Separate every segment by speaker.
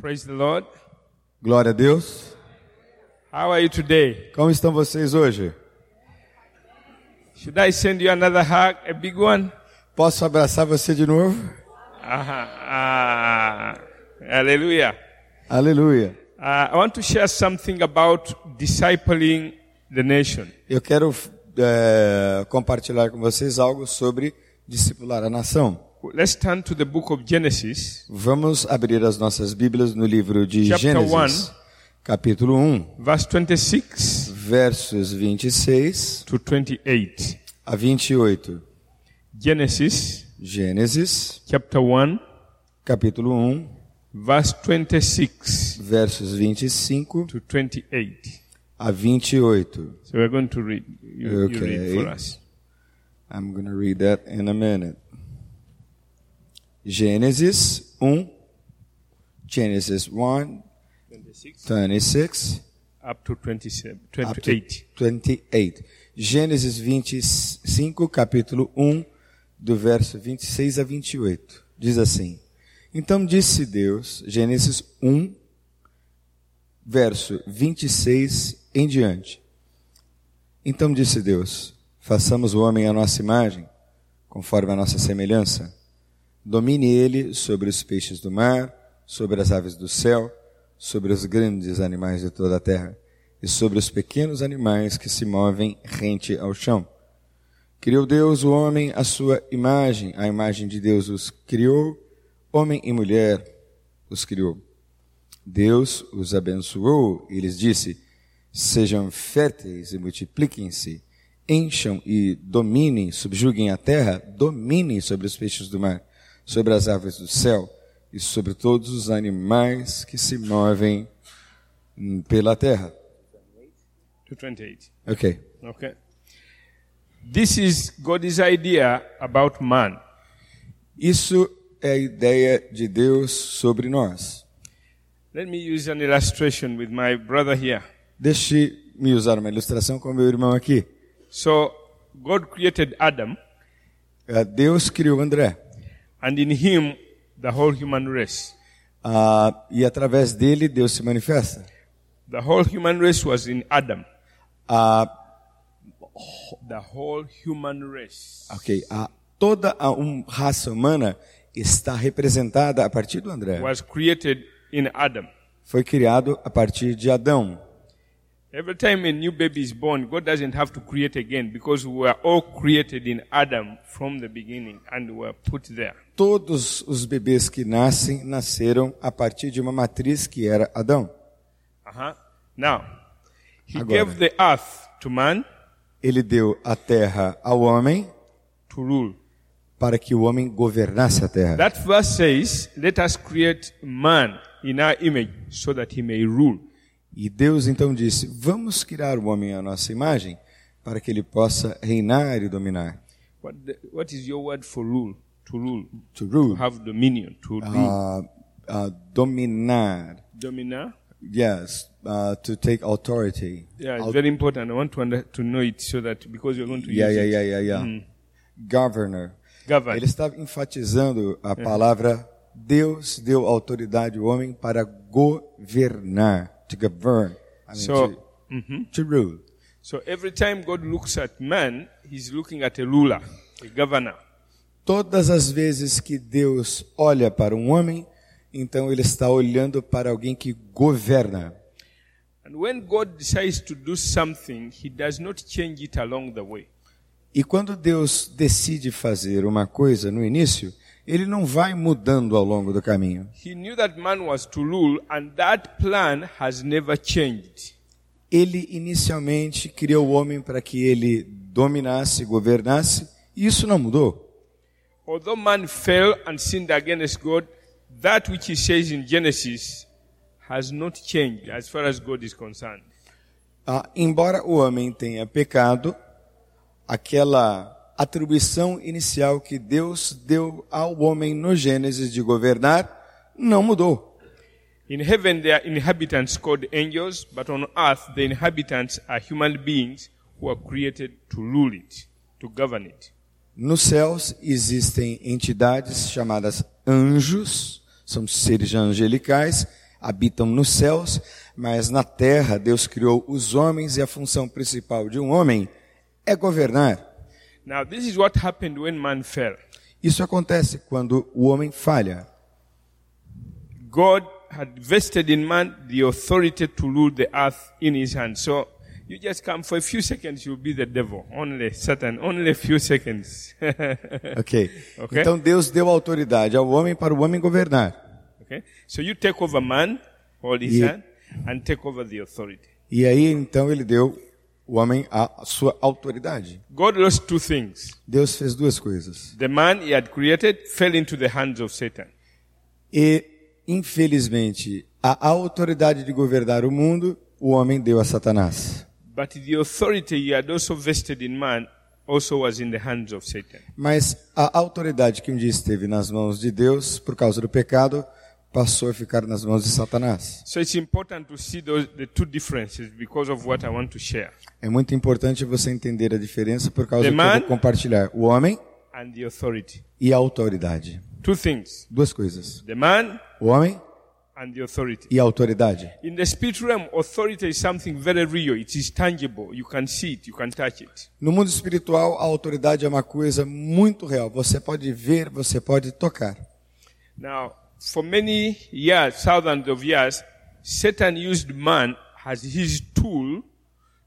Speaker 1: Praise the Lord.
Speaker 2: Glória a Deus.
Speaker 1: How are you today?
Speaker 2: Como estão vocês hoje?
Speaker 1: Should I send you another hug, a big one?
Speaker 2: Posso abraçar você de novo?
Speaker 1: Aha, ah, hallelujah.
Speaker 2: Aleluia.
Speaker 1: Uh, I want to share something about discipling the nation.
Speaker 2: Eu quero eh, compartilhar com vocês algo sobre discipular a nação.
Speaker 1: Let's turn to the book of Genesis,
Speaker 2: Vamos abrir as nossas Bíblias no livro de
Speaker 1: Chapter
Speaker 2: Gênesis, capítulo 1,
Speaker 1: verse 26
Speaker 2: versos 26
Speaker 1: to 28.
Speaker 2: a 28.
Speaker 1: Genesis,
Speaker 2: Gênesis,
Speaker 1: chapter 1,
Speaker 2: capítulo 1,
Speaker 1: verse 26
Speaker 2: versos 25
Speaker 1: to 28.
Speaker 2: a 28.
Speaker 1: So we're going to read. You, you read
Speaker 2: Okay.
Speaker 1: for us.
Speaker 2: I'm going to read that in a minute. Gênesis 1, Gênesis 1,
Speaker 1: 26
Speaker 2: 26
Speaker 1: up to 27,
Speaker 2: up to
Speaker 1: 28.
Speaker 2: 28. Gênesis 25, capítulo 1, do verso 26 a 28. Diz assim: Então disse Deus, Gênesis 1, verso 26 em diante. Então disse Deus: Façamos o homem à nossa imagem, conforme a nossa semelhança. Domine ele sobre os peixes do mar, sobre as aves do céu, sobre os grandes animais de toda a terra e sobre os pequenos animais que se movem rente ao chão. Criou Deus o homem à sua imagem, a imagem de Deus os criou, homem e mulher os criou. Deus os abençoou e lhes disse: Sejam férteis e multipliquem-se, encham e dominem, subjuguem a terra, dominem sobre os peixes do mar, sobre as aves do céu e sobre todos os animais que se movem hum, pela terra.
Speaker 1: to 28.
Speaker 2: Ok.
Speaker 1: Okay. This is God's idea about man.
Speaker 2: Isso é a ideia de Deus sobre nós.
Speaker 1: Let me use an illustration with my brother here.
Speaker 2: Deixe-me usar uma ilustração com meu irmão aqui.
Speaker 1: So, God created Adam,
Speaker 2: Ah, Deus criou André.
Speaker 1: and in him, the whole human race.
Speaker 2: Ah, e através dele, Deus se manifesta.
Speaker 1: The whole human race was in Adam.
Speaker 2: Ah,
Speaker 1: The whole human race.
Speaker 2: ok. Ah, toda a um- raça humana está representada a partir do André.
Speaker 1: was created in Adam.
Speaker 2: Foi criado a partir de Adão.
Speaker 1: Every time a new baby is born, God doesn't have to create again because we were all created in Adam from the beginning and were put there.
Speaker 2: Todos os bebês que nascem, nasceram a partir de uma matriz que era Adão.
Speaker 1: Uh-huh. Now, He
Speaker 2: Agora.
Speaker 1: gave the earth to man
Speaker 2: Ele deu a terra ao homem
Speaker 1: to rule.
Speaker 2: para que o homem governasse a terra.
Speaker 1: That verse says, Let us create man in our image so that he may rule.
Speaker 2: E Deus então disse: Vamos criar o homem à nossa imagem, para que ele possa reinar e dominar.
Speaker 1: What, the, what is your word for rule? To rule.
Speaker 2: To
Speaker 1: To
Speaker 2: rule.
Speaker 1: have dominion. To rule.
Speaker 2: Ah, ah, dominar.
Speaker 1: Domina.
Speaker 2: Yes. ah, to take authority.
Speaker 1: Yeah, it's
Speaker 2: Au-
Speaker 1: very important. I want to, under, to know it so that because you're going to
Speaker 2: yeah,
Speaker 1: use
Speaker 2: yeah,
Speaker 1: it. Hmm.
Speaker 2: yeah, yeah, yeah. Governor.
Speaker 1: Govern.
Speaker 2: Ele estava enfatizando
Speaker 1: É.
Speaker 2: a palavra Deus deu autoridade ao homem para governar. To govern. I mean,
Speaker 1: So- uhum.
Speaker 2: to, to rule.
Speaker 1: So every time God looks at man, he's looking at a ruler, a governor.
Speaker 2: Todas as vezes que Deus olha para um homem, então ele está olhando para alguém que governa.
Speaker 1: And when God decides to do something, he does not change it along the way.
Speaker 2: E quando Deus decide fazer uma coisa no início, ele não vai mudando ao longo do caminho.
Speaker 1: He knew that man was to rule, and that plan has never changed.
Speaker 2: Ele inicialmente criou o homem para que ele dominasse, governasse, e isso não mudou.
Speaker 1: Although man fell and sinned against God, that which he says in Genesis has not changed as far as God is concerned.
Speaker 2: Ah, embora o homem tenha pecado, aquela atribuição inicial que Deus deu ao homem no Gênesis de governar não mudou.
Speaker 1: In heaven, there are inhabitants called angels, but on earth, the inhabitants are human beings who are created to rule it, to govern it.
Speaker 2: Nos céus existem entidades chamadas anjos, são seres angelicais, habitam nos céus, mas na terra Deus criou os homens e a função principal de um homem é governar.
Speaker 1: Now, this is what happened when man fell.
Speaker 2: Isso acontece quando o homem falha.
Speaker 1: God had vested in man the authority to rule the earth in his hand. So you just come for a few seconds, you'll be the devil. Only Satan, only a few seconds.
Speaker 2: Ok.
Speaker 1: Ok.
Speaker 2: Então Deus deu autoridade ao homem para o homem governar.
Speaker 1: okay? So you take over man, hold his
Speaker 2: Ye-
Speaker 1: hand, and take over the authority.
Speaker 2: E aí então ele deu o homem a sua autoridade.
Speaker 1: God lost two things.
Speaker 2: Deus fez duas coisas.
Speaker 1: The man he had created fell into the hands of Satan.
Speaker 2: E infelizmente a autoridade de governar o mundo o homem deu a Satanás.
Speaker 1: But the authority he had also vested in man also was in the hands of Satan.
Speaker 2: Mas a autoridade que um dia esteve nas mãos de Deus por causa do pecado passou a ficar nas mãos de Satanás.
Speaker 1: So it's important to see those, the two differences because of what I want to share.
Speaker 2: É muito importante você entender a diferença por causa
Speaker 1: The
Speaker 2: do que eu
Speaker 1: man-
Speaker 2: vou compartilhar. O homem
Speaker 1: And the authority.
Speaker 2: e a autoridade.
Speaker 1: Two things.
Speaker 2: Duas coisas.
Speaker 1: The man
Speaker 2: O homem
Speaker 1: and the authority.
Speaker 2: e a autoridade.
Speaker 1: In the spirit realm, authority is something very real. It is tangible. You can see it. You can touch it.
Speaker 2: No mundo espiritual, a autoridade é uma coisa muito real. Você pode ver, você pode tocar.
Speaker 1: Now, for many years, thousands of years, Satan used man as his tool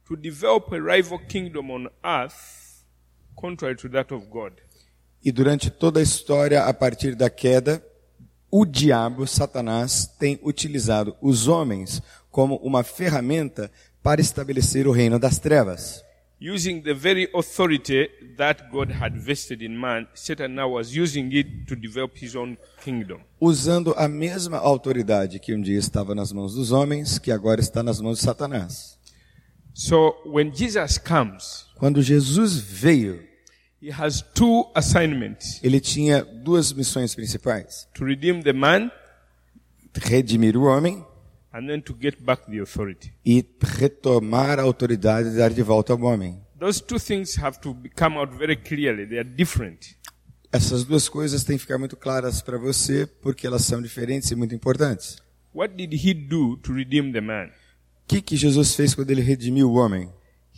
Speaker 1: to develop a rival kingdom on earth contrary to that of God.
Speaker 2: E durante toda a história, a partir da queda, o diabo, Satanás, tem utilizado os homens como uma ferramenta para estabelecer o reino das trevas.
Speaker 1: Using the very authority that God had vested in man, Satan now was using it to develop his own kingdom.
Speaker 2: Usando a mesma autoridade que um dia estava nas mãos dos homens, que agora está nas mãos de Satanás.
Speaker 1: So when Jesus comes,
Speaker 2: Quando Jesus veio,
Speaker 1: he has two assignments
Speaker 2: ele tinha duas missões principais:
Speaker 1: to redeem the man
Speaker 2: redimir o homem
Speaker 1: and then to get back the authority.
Speaker 2: e retomar a autoridade e dar de volta ao homem.
Speaker 1: Those two things have to be- come out very clearly. They are different.
Speaker 2: Essas duas coisas têm que ficar muito claras para você, porque elas são diferentes e muito importantes.
Speaker 1: What did he do to redeem the man?
Speaker 2: O que, que Jesus fez quando ele redimiu o homem?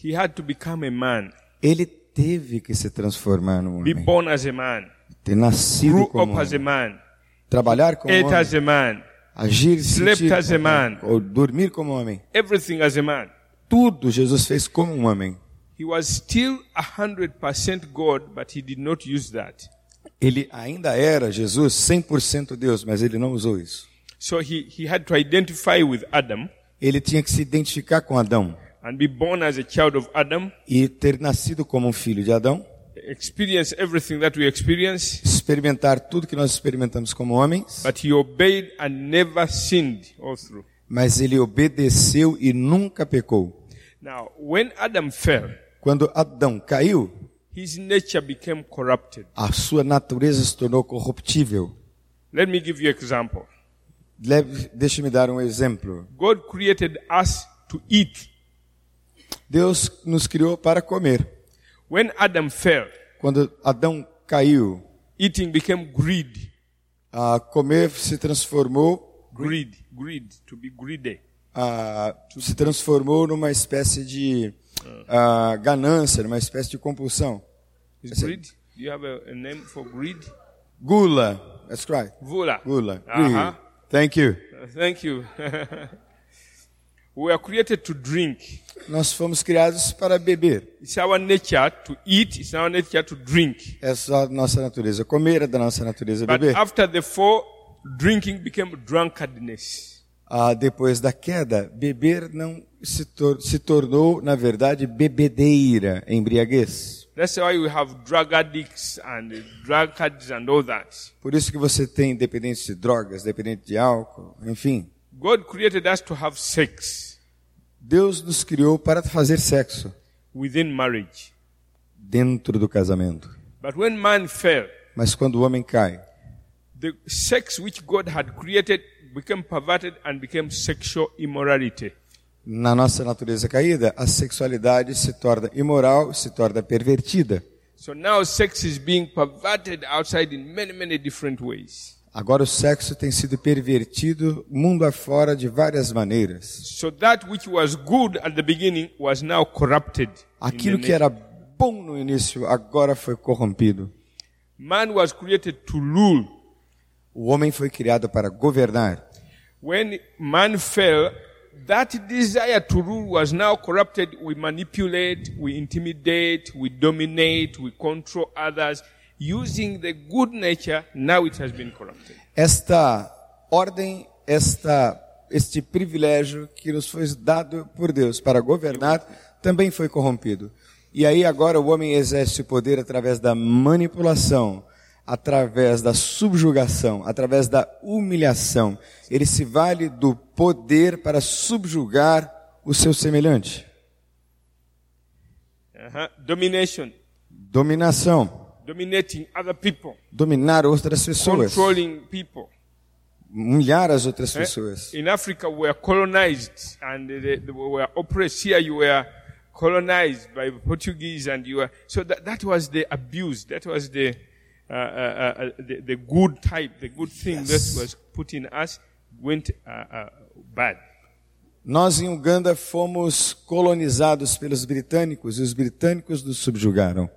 Speaker 1: He had to become a man,
Speaker 2: Ele teve que se transformar no
Speaker 1: be
Speaker 2: homem,
Speaker 1: born as a man,
Speaker 2: ter nascido
Speaker 1: grew
Speaker 2: como
Speaker 1: up as a
Speaker 2: homem,
Speaker 1: man,
Speaker 2: trabalhar como
Speaker 1: ate as
Speaker 2: homem,
Speaker 1: a man,
Speaker 2: agir,
Speaker 1: slept
Speaker 2: sentir
Speaker 1: as a
Speaker 2: como
Speaker 1: man.
Speaker 2: homem, ou dormir como homem.
Speaker 1: everything as a man.
Speaker 2: Tudo Jesus fez como um homem.
Speaker 1: He was still 100% God, but he did not use that.
Speaker 2: Ele ainda era Jesus 100% Deus, mas ele não usou isso.
Speaker 1: So he, he had to identify with Adam
Speaker 2: Ele tinha que se identificar com Adão
Speaker 1: and be born as a child of Adam,
Speaker 2: e ter nascido como um filho de Adão,
Speaker 1: experience everything that we experience,
Speaker 2: experimentar tudo que nós experimentamos como homens,
Speaker 1: but he obeyed and never sinned all through.
Speaker 2: mas ele obedeceu e nunca pecou.
Speaker 1: Now, when Adam fell,
Speaker 2: Quando Adão caiu,
Speaker 1: his nature became corrupted.
Speaker 2: a sua natureza se tornou corruptível.
Speaker 1: Let me give you an example.
Speaker 2: Leve- Deixe-me dar um exemplo.
Speaker 1: God created us to eat.
Speaker 2: Deus nos criou para comer.
Speaker 1: When Adam fell,
Speaker 2: Quando Adão caiu,
Speaker 1: eating became greed.
Speaker 2: a comer se transformou,
Speaker 1: Greed. Greed. To be greedy.
Speaker 2: a, se transformou numa espécie de ah, ganância, numa espécie de compulsão.
Speaker 1: Is
Speaker 2: Yes, sir.
Speaker 1: greed? Do you have a, a name for greed?
Speaker 2: Gula, that's right.
Speaker 1: Vula.
Speaker 2: Gula.
Speaker 1: Uh-huh.
Speaker 2: Thank you.
Speaker 1: Thank you. we are created to drink.
Speaker 2: Nós fomos criados para beber.
Speaker 1: It's our nature to eat. It's our nature to drink.
Speaker 2: Essa é a nossa natureza. Comer é da nossa natureza
Speaker 1: But
Speaker 2: beber.
Speaker 1: after the fall, drinking became drunkardness.
Speaker 2: Ah, depois da queda, beber não se, tor- se tornou, na verdade, bebedeira, embriaguez.
Speaker 1: That's why we have drug addicts and drunkards and all that.
Speaker 2: Por isso que você tem dependente de drogas, dependente de álcool, enfim.
Speaker 1: God created us to have sex
Speaker 2: Deus nos criou para fazer sexo
Speaker 1: within marriage.
Speaker 2: dentro do casamento.
Speaker 1: But when man fell,
Speaker 2: Mas quando o homem cai,
Speaker 1: the sex which God had created became perverted and became sexual immorality.
Speaker 2: na nossa natureza caída, a sexualidade se torna imoral, se torna pervertida.
Speaker 1: So now sex is being perverted outside in many, many different ways.
Speaker 2: Agora o sexo tem sido pervertido mundo afora de várias maneiras.
Speaker 1: So that which was good at the beginning was now corrupted. in the
Speaker 2: Aquilo que
Speaker 1: nation.
Speaker 2: era bom no início agora foi corrompido.
Speaker 1: Man was created to rule.
Speaker 2: O homem foi criado para governar.
Speaker 1: When man fell, that desire to rule was now corrupted. We manipulate, we intimidate, we dominate, we control others. Using the good nature, now it has been corrupted.
Speaker 2: Esta ordem, esta este privilégio que nos foi dado por Deus para governar também foi corrompido. E aí agora o homem exerce o poder através da manipulação, através da subjugação, através da humilhação. Ele se vale do poder para subjugar o seu semelhante.
Speaker 1: Uh-huh. Domination,
Speaker 2: Dominação,
Speaker 1: dominating other people,
Speaker 2: dominar outras pessoas,
Speaker 1: controlling people.
Speaker 2: humilhar as outras
Speaker 1: Eh,
Speaker 2: pessoas.
Speaker 1: In Africa, we were colonized and they, they were oppressed. Here, you were colonized by Portuguese, and you were so that, that was the abuse. That was the, uh, uh, uh, the the good type, the good thing that was put in us went uh, uh, bad.
Speaker 2: Nós em Uganda fomos colonizados pelos britânicos e os britânicos nos subjugaram.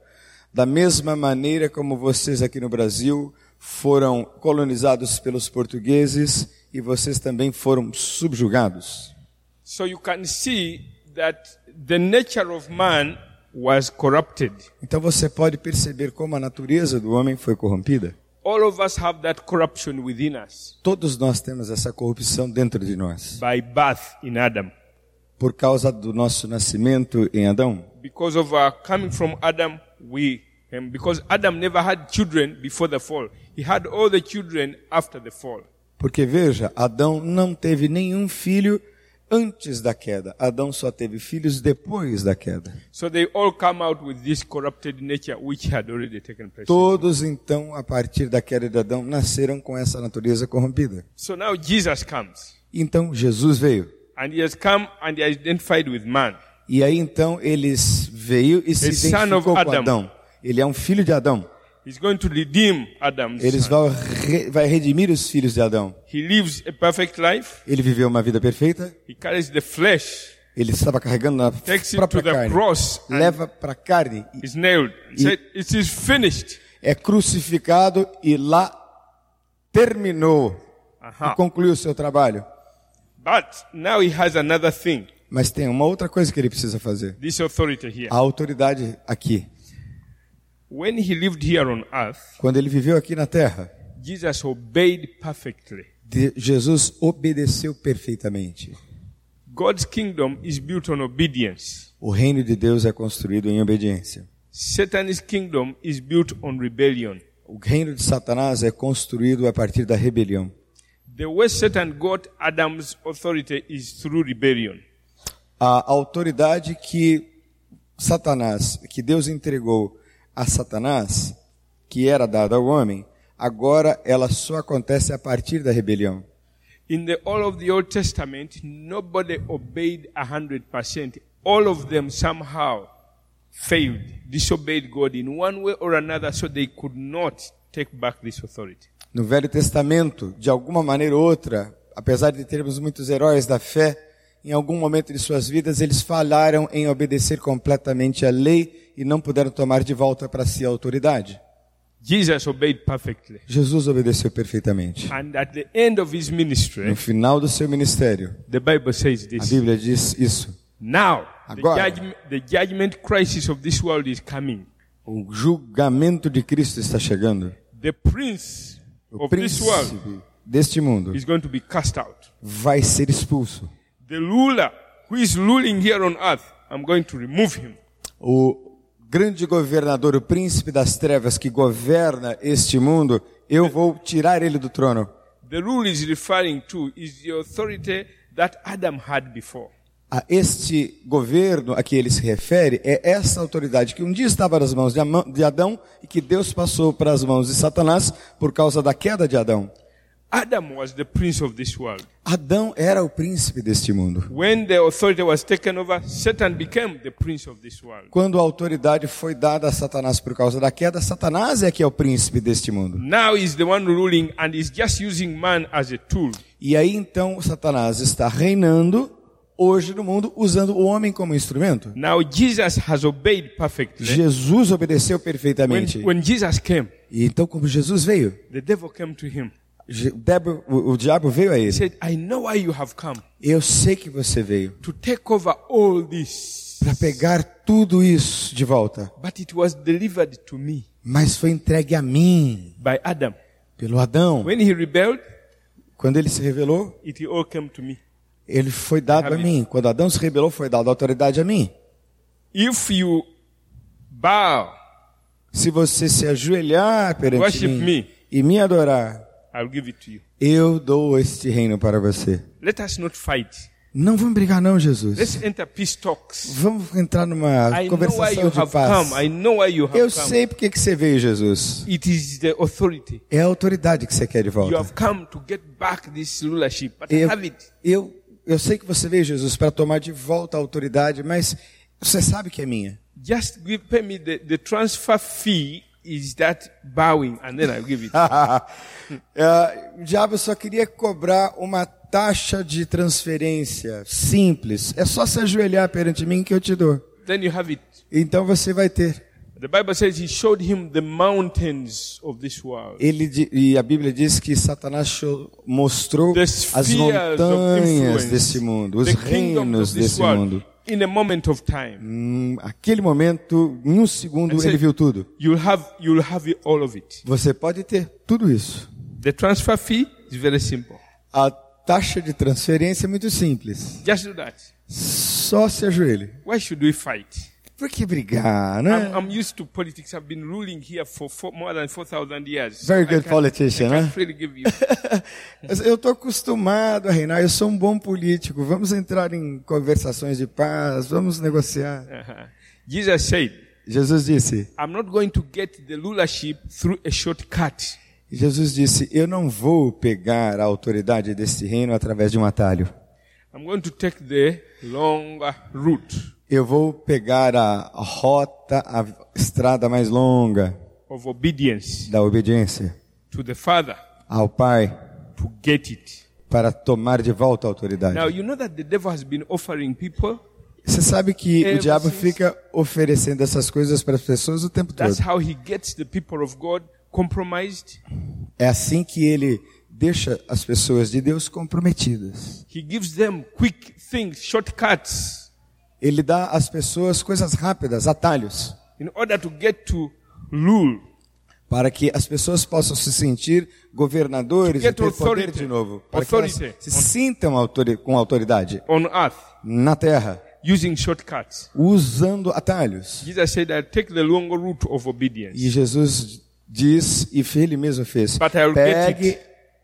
Speaker 2: Da mesma maneira como vocês aqui no Brasil foram colonizados pelos portugueses e vocês também foram subjugados.
Speaker 1: So you can see that the nature of man was corrupted.
Speaker 2: Então você pode perceber como a natureza do homem foi corrompida.
Speaker 1: All of us have that corruption within us
Speaker 2: Todos nós temos essa corrupção dentro de nós
Speaker 1: by birth in Adam.
Speaker 2: por causa do nosso nascimento em Adão.
Speaker 1: because of our coming from Adam, we and because Adam never had children before the fall. He had all the children after the fall.
Speaker 2: Porque veja, Adão não teve nenhum filho antes da queda. Adão só teve filhos depois da queda.
Speaker 1: So they all come out with this corrupted nature which had already taken place.
Speaker 2: Todos então, a partir da queda de Adão, nasceram com essa natureza corrompida.
Speaker 1: So now Jesus comes
Speaker 2: Então Jesus veio.
Speaker 1: and he has come and he identified with man.
Speaker 2: E aí então eles veio e se
Speaker 1: The son of
Speaker 2: identificou com
Speaker 1: Adam.
Speaker 2: Adão. Ele é um filho de Adão.
Speaker 1: He's going to redeem Adam's
Speaker 2: Eles
Speaker 1: son.
Speaker 2: vão re- vai redimir os filhos de Adão.
Speaker 1: He lives a perfect life.
Speaker 2: Ele viveu uma vida perfeita.
Speaker 1: He carries the flesh,
Speaker 2: Ele estava carregando na
Speaker 1: takes it to
Speaker 2: própria
Speaker 1: the
Speaker 2: carne.
Speaker 1: cross, and
Speaker 2: Leva para a carne.
Speaker 1: is nailed. And
Speaker 2: He-
Speaker 1: said, it is finished.
Speaker 2: é crucificado e lá terminou
Speaker 1: Aham.
Speaker 2: e concluiu o seu trabalho.
Speaker 1: But now he has another thing,
Speaker 2: Mas tem uma outra coisa que ele precisa fazer.
Speaker 1: this authority here.
Speaker 2: A autoridade aqui.
Speaker 1: When he lived here on earth,
Speaker 2: Quando ele viveu aqui na terra,
Speaker 1: Jesus obeyed perfectly.
Speaker 2: de- Jesus obedeceu perfeitamente.
Speaker 1: God's kingdom is built on obedience.
Speaker 2: O reino de Deus é construído em obediência.
Speaker 1: Satan's kingdom is built on rebellion.
Speaker 2: O reino de Satanás é construído a partir da rebelião.
Speaker 1: The way Satan got Adam's authority is through rebellion.
Speaker 2: A autoridade que Satanás, que Deus entregou a Satanás, que era dada ao homem, agora ela só acontece a partir da rebelião.
Speaker 1: In the all of the Old Testament, nobody obeyed 100%. All of them somehow failed, disobeyed God in one way or another, so they could not take back this authority.
Speaker 2: No Velho Testamento, de alguma maneira ou outra, apesar de termos muitos heróis da fé, em algum momento de suas vidas eles falharam em obedecer completamente a lei e não puderam tomar de volta para si a autoridade.
Speaker 1: Jesus obeyed perfectly.
Speaker 2: Jesus obedeceu perfeitamente.
Speaker 1: And at the end of his ministry,
Speaker 2: No final do seu ministério,
Speaker 1: The Bible says
Speaker 2: a
Speaker 1: this.
Speaker 2: Bíblia diz isso.
Speaker 1: Now, the
Speaker 2: Agora.
Speaker 1: judgment, the judgment crisis of this world is coming.
Speaker 2: O julgamento de Cristo está chegando.
Speaker 1: The prince
Speaker 2: O
Speaker 1: of this world
Speaker 2: príncipe deste mundo
Speaker 1: is going to be cast out.
Speaker 2: vai ser expulso.
Speaker 1: The ruler who is ruling here on earth, I'm going to remove him.
Speaker 2: O grande governador, o príncipe das trevas que governa este mundo, eu vou tirar ele do trono.
Speaker 1: The rule is referring to is the authority that Adam had before.
Speaker 2: A este governo a que ele se refere é essa autoridade que um dia estava nas mãos de Ama- de Adão e que Deus passou para as mãos de Satanás por causa da queda de Adão.
Speaker 1: Adam was the prince of this world.
Speaker 2: Adão era o príncipe deste mundo.
Speaker 1: When the authority was taken over, Satan became the prince of this world.
Speaker 2: Quando a autoridade foi dada a Satanás por causa da queda, Satanás é que é o príncipe deste mundo.
Speaker 1: Now he's the one ruling and he's just using man as a tool.
Speaker 2: E aí então Satanás está reinando hoje no mundo usando o homem como instrumento.
Speaker 1: Now Jesus has obeyed perfectly.
Speaker 2: Jesus obedeceu
Speaker 1: When,
Speaker 2: perfeitamente.
Speaker 1: when Jesus came,
Speaker 2: E então como Jesus veio,
Speaker 1: the devil came to him.
Speaker 2: Je- Debo- o, o diabo veio a
Speaker 1: He
Speaker 2: ele.
Speaker 1: said, I know why you have come
Speaker 2: Eu sei que você veio
Speaker 1: to take over all this.
Speaker 2: para pegar tudo isso de volta,
Speaker 1: But it was delivered to me
Speaker 2: mas foi entregue a mim
Speaker 1: by Adam.
Speaker 2: pelo Adão.
Speaker 1: When he rebelled,
Speaker 2: Quando ele se rebelou,
Speaker 1: it all came to me.
Speaker 2: ele foi dado a mim. Quando Adão se rebelou, foi dado a autoridade a mim.
Speaker 1: If you bow,
Speaker 2: Se você se ajoelhar perante
Speaker 1: Worship
Speaker 2: mim
Speaker 1: me.
Speaker 2: e me adorar,
Speaker 1: I'll give it to you.
Speaker 2: eu dou este reino para você.
Speaker 1: Let us not fight.
Speaker 2: Não vamos brigar não, Jesus.
Speaker 1: Let's enter peace talks.
Speaker 2: Vamos entrar numa
Speaker 1: I know why you
Speaker 2: conversação de
Speaker 1: have come.
Speaker 2: paz.
Speaker 1: I know why you have
Speaker 2: Eu
Speaker 1: come.
Speaker 2: sei porque que você veio, Jesus.
Speaker 1: It is the authority.
Speaker 2: É a autoridade que você quer de
Speaker 1: You
Speaker 2: volta.
Speaker 1: have come to get back this rulership, but
Speaker 2: Eu,
Speaker 1: have it.
Speaker 2: eu, eu sei que você veio, Jesus, para tomar de volta a autoridade, mas você sabe que é minha.
Speaker 1: Just give, pay me the, the transfer fee is that bowing, and then I'll give
Speaker 2: Ah.
Speaker 1: it.
Speaker 2: É, o diabo só queria cobrar uma taxa de transferência simples. É só se ajoelhar perante mim que eu te dou.
Speaker 1: then you have it.
Speaker 2: Então você vai ter.
Speaker 1: The Bible says he showed him the mountains of this world.
Speaker 2: Ele di- e a Bíblia diz que Satanás cho- mostrou
Speaker 1: The
Speaker 2: as
Speaker 1: spheres of
Speaker 2: montanhas
Speaker 1: influence.
Speaker 2: desse mundo, os
Speaker 1: the kingdoms
Speaker 2: reinos
Speaker 1: of this
Speaker 2: desse
Speaker 1: world
Speaker 2: mundo. Mm.
Speaker 1: in a moment of time.
Speaker 2: Hum, aquele momento, em um segundo,
Speaker 1: Você-
Speaker 2: ele viu tudo.
Speaker 1: You'll have you'll have it- all of it.
Speaker 2: Você pode ter tudo isso.
Speaker 1: The transfer fee is very simple.
Speaker 2: A taxa de transferência é muito simples.
Speaker 1: Just do that.
Speaker 2: Só se ajoelhe.
Speaker 1: Why should we fight?
Speaker 2: Por que brigar,
Speaker 1: I'm,
Speaker 2: né?
Speaker 1: I'm used to politics. I've been ruling here for four, more than 4,000 years.
Speaker 2: Very
Speaker 1: I
Speaker 2: good eh?
Speaker 1: can-
Speaker 2: politician,
Speaker 1: I can
Speaker 2: huh?
Speaker 1: freely give you.
Speaker 2: Eu estou acostumado a reinar, eu sou um bom político. Vamos entrar em conversações de paz, vamos negociar.
Speaker 1: Uh-huh. Jesus said,
Speaker 2: Jesus disse,
Speaker 1: I'm not going to get the rulership through a shortcut.
Speaker 2: Jesus disse, eu não vou pegar a autoridade deste reino através de um atalho.
Speaker 1: I'm going to take the longer route
Speaker 2: Eu vou pegar a rota, a estrada mais longa
Speaker 1: of obedience
Speaker 2: da obediência
Speaker 1: to the Father
Speaker 2: ao Pai
Speaker 1: to get it.
Speaker 2: para tomar de volta a autoridade.
Speaker 1: Now, you know that the devil has been offering people.
Speaker 2: Você sabe que
Speaker 1: É,
Speaker 2: o diabo
Speaker 1: vocês-
Speaker 2: fica oferecendo essas coisas para as pessoas o tempo todo.
Speaker 1: That's how he gets the people of God compromised.
Speaker 2: É assim que ele deixa as pessoas de Deus comprometidas.
Speaker 1: He gives them quick things, shortcuts,
Speaker 2: Ele dá às pessoas coisas rápidas, atalhos,
Speaker 1: in order to get to rule.
Speaker 2: para que as pessoas possam se sentir governadores e
Speaker 1: Get
Speaker 2: ter poder
Speaker 1: authority.
Speaker 2: de novo, para que elas
Speaker 1: Authority.
Speaker 2: se sintam autori- com autoridade
Speaker 1: on earth
Speaker 2: na terra,
Speaker 1: using shortcuts.
Speaker 2: usando atalhos.
Speaker 1: Jesus said, I take the long route of obedience.
Speaker 2: E Jesus diz, e ele mesmo fez,
Speaker 1: But I'll get it.
Speaker 2: pegue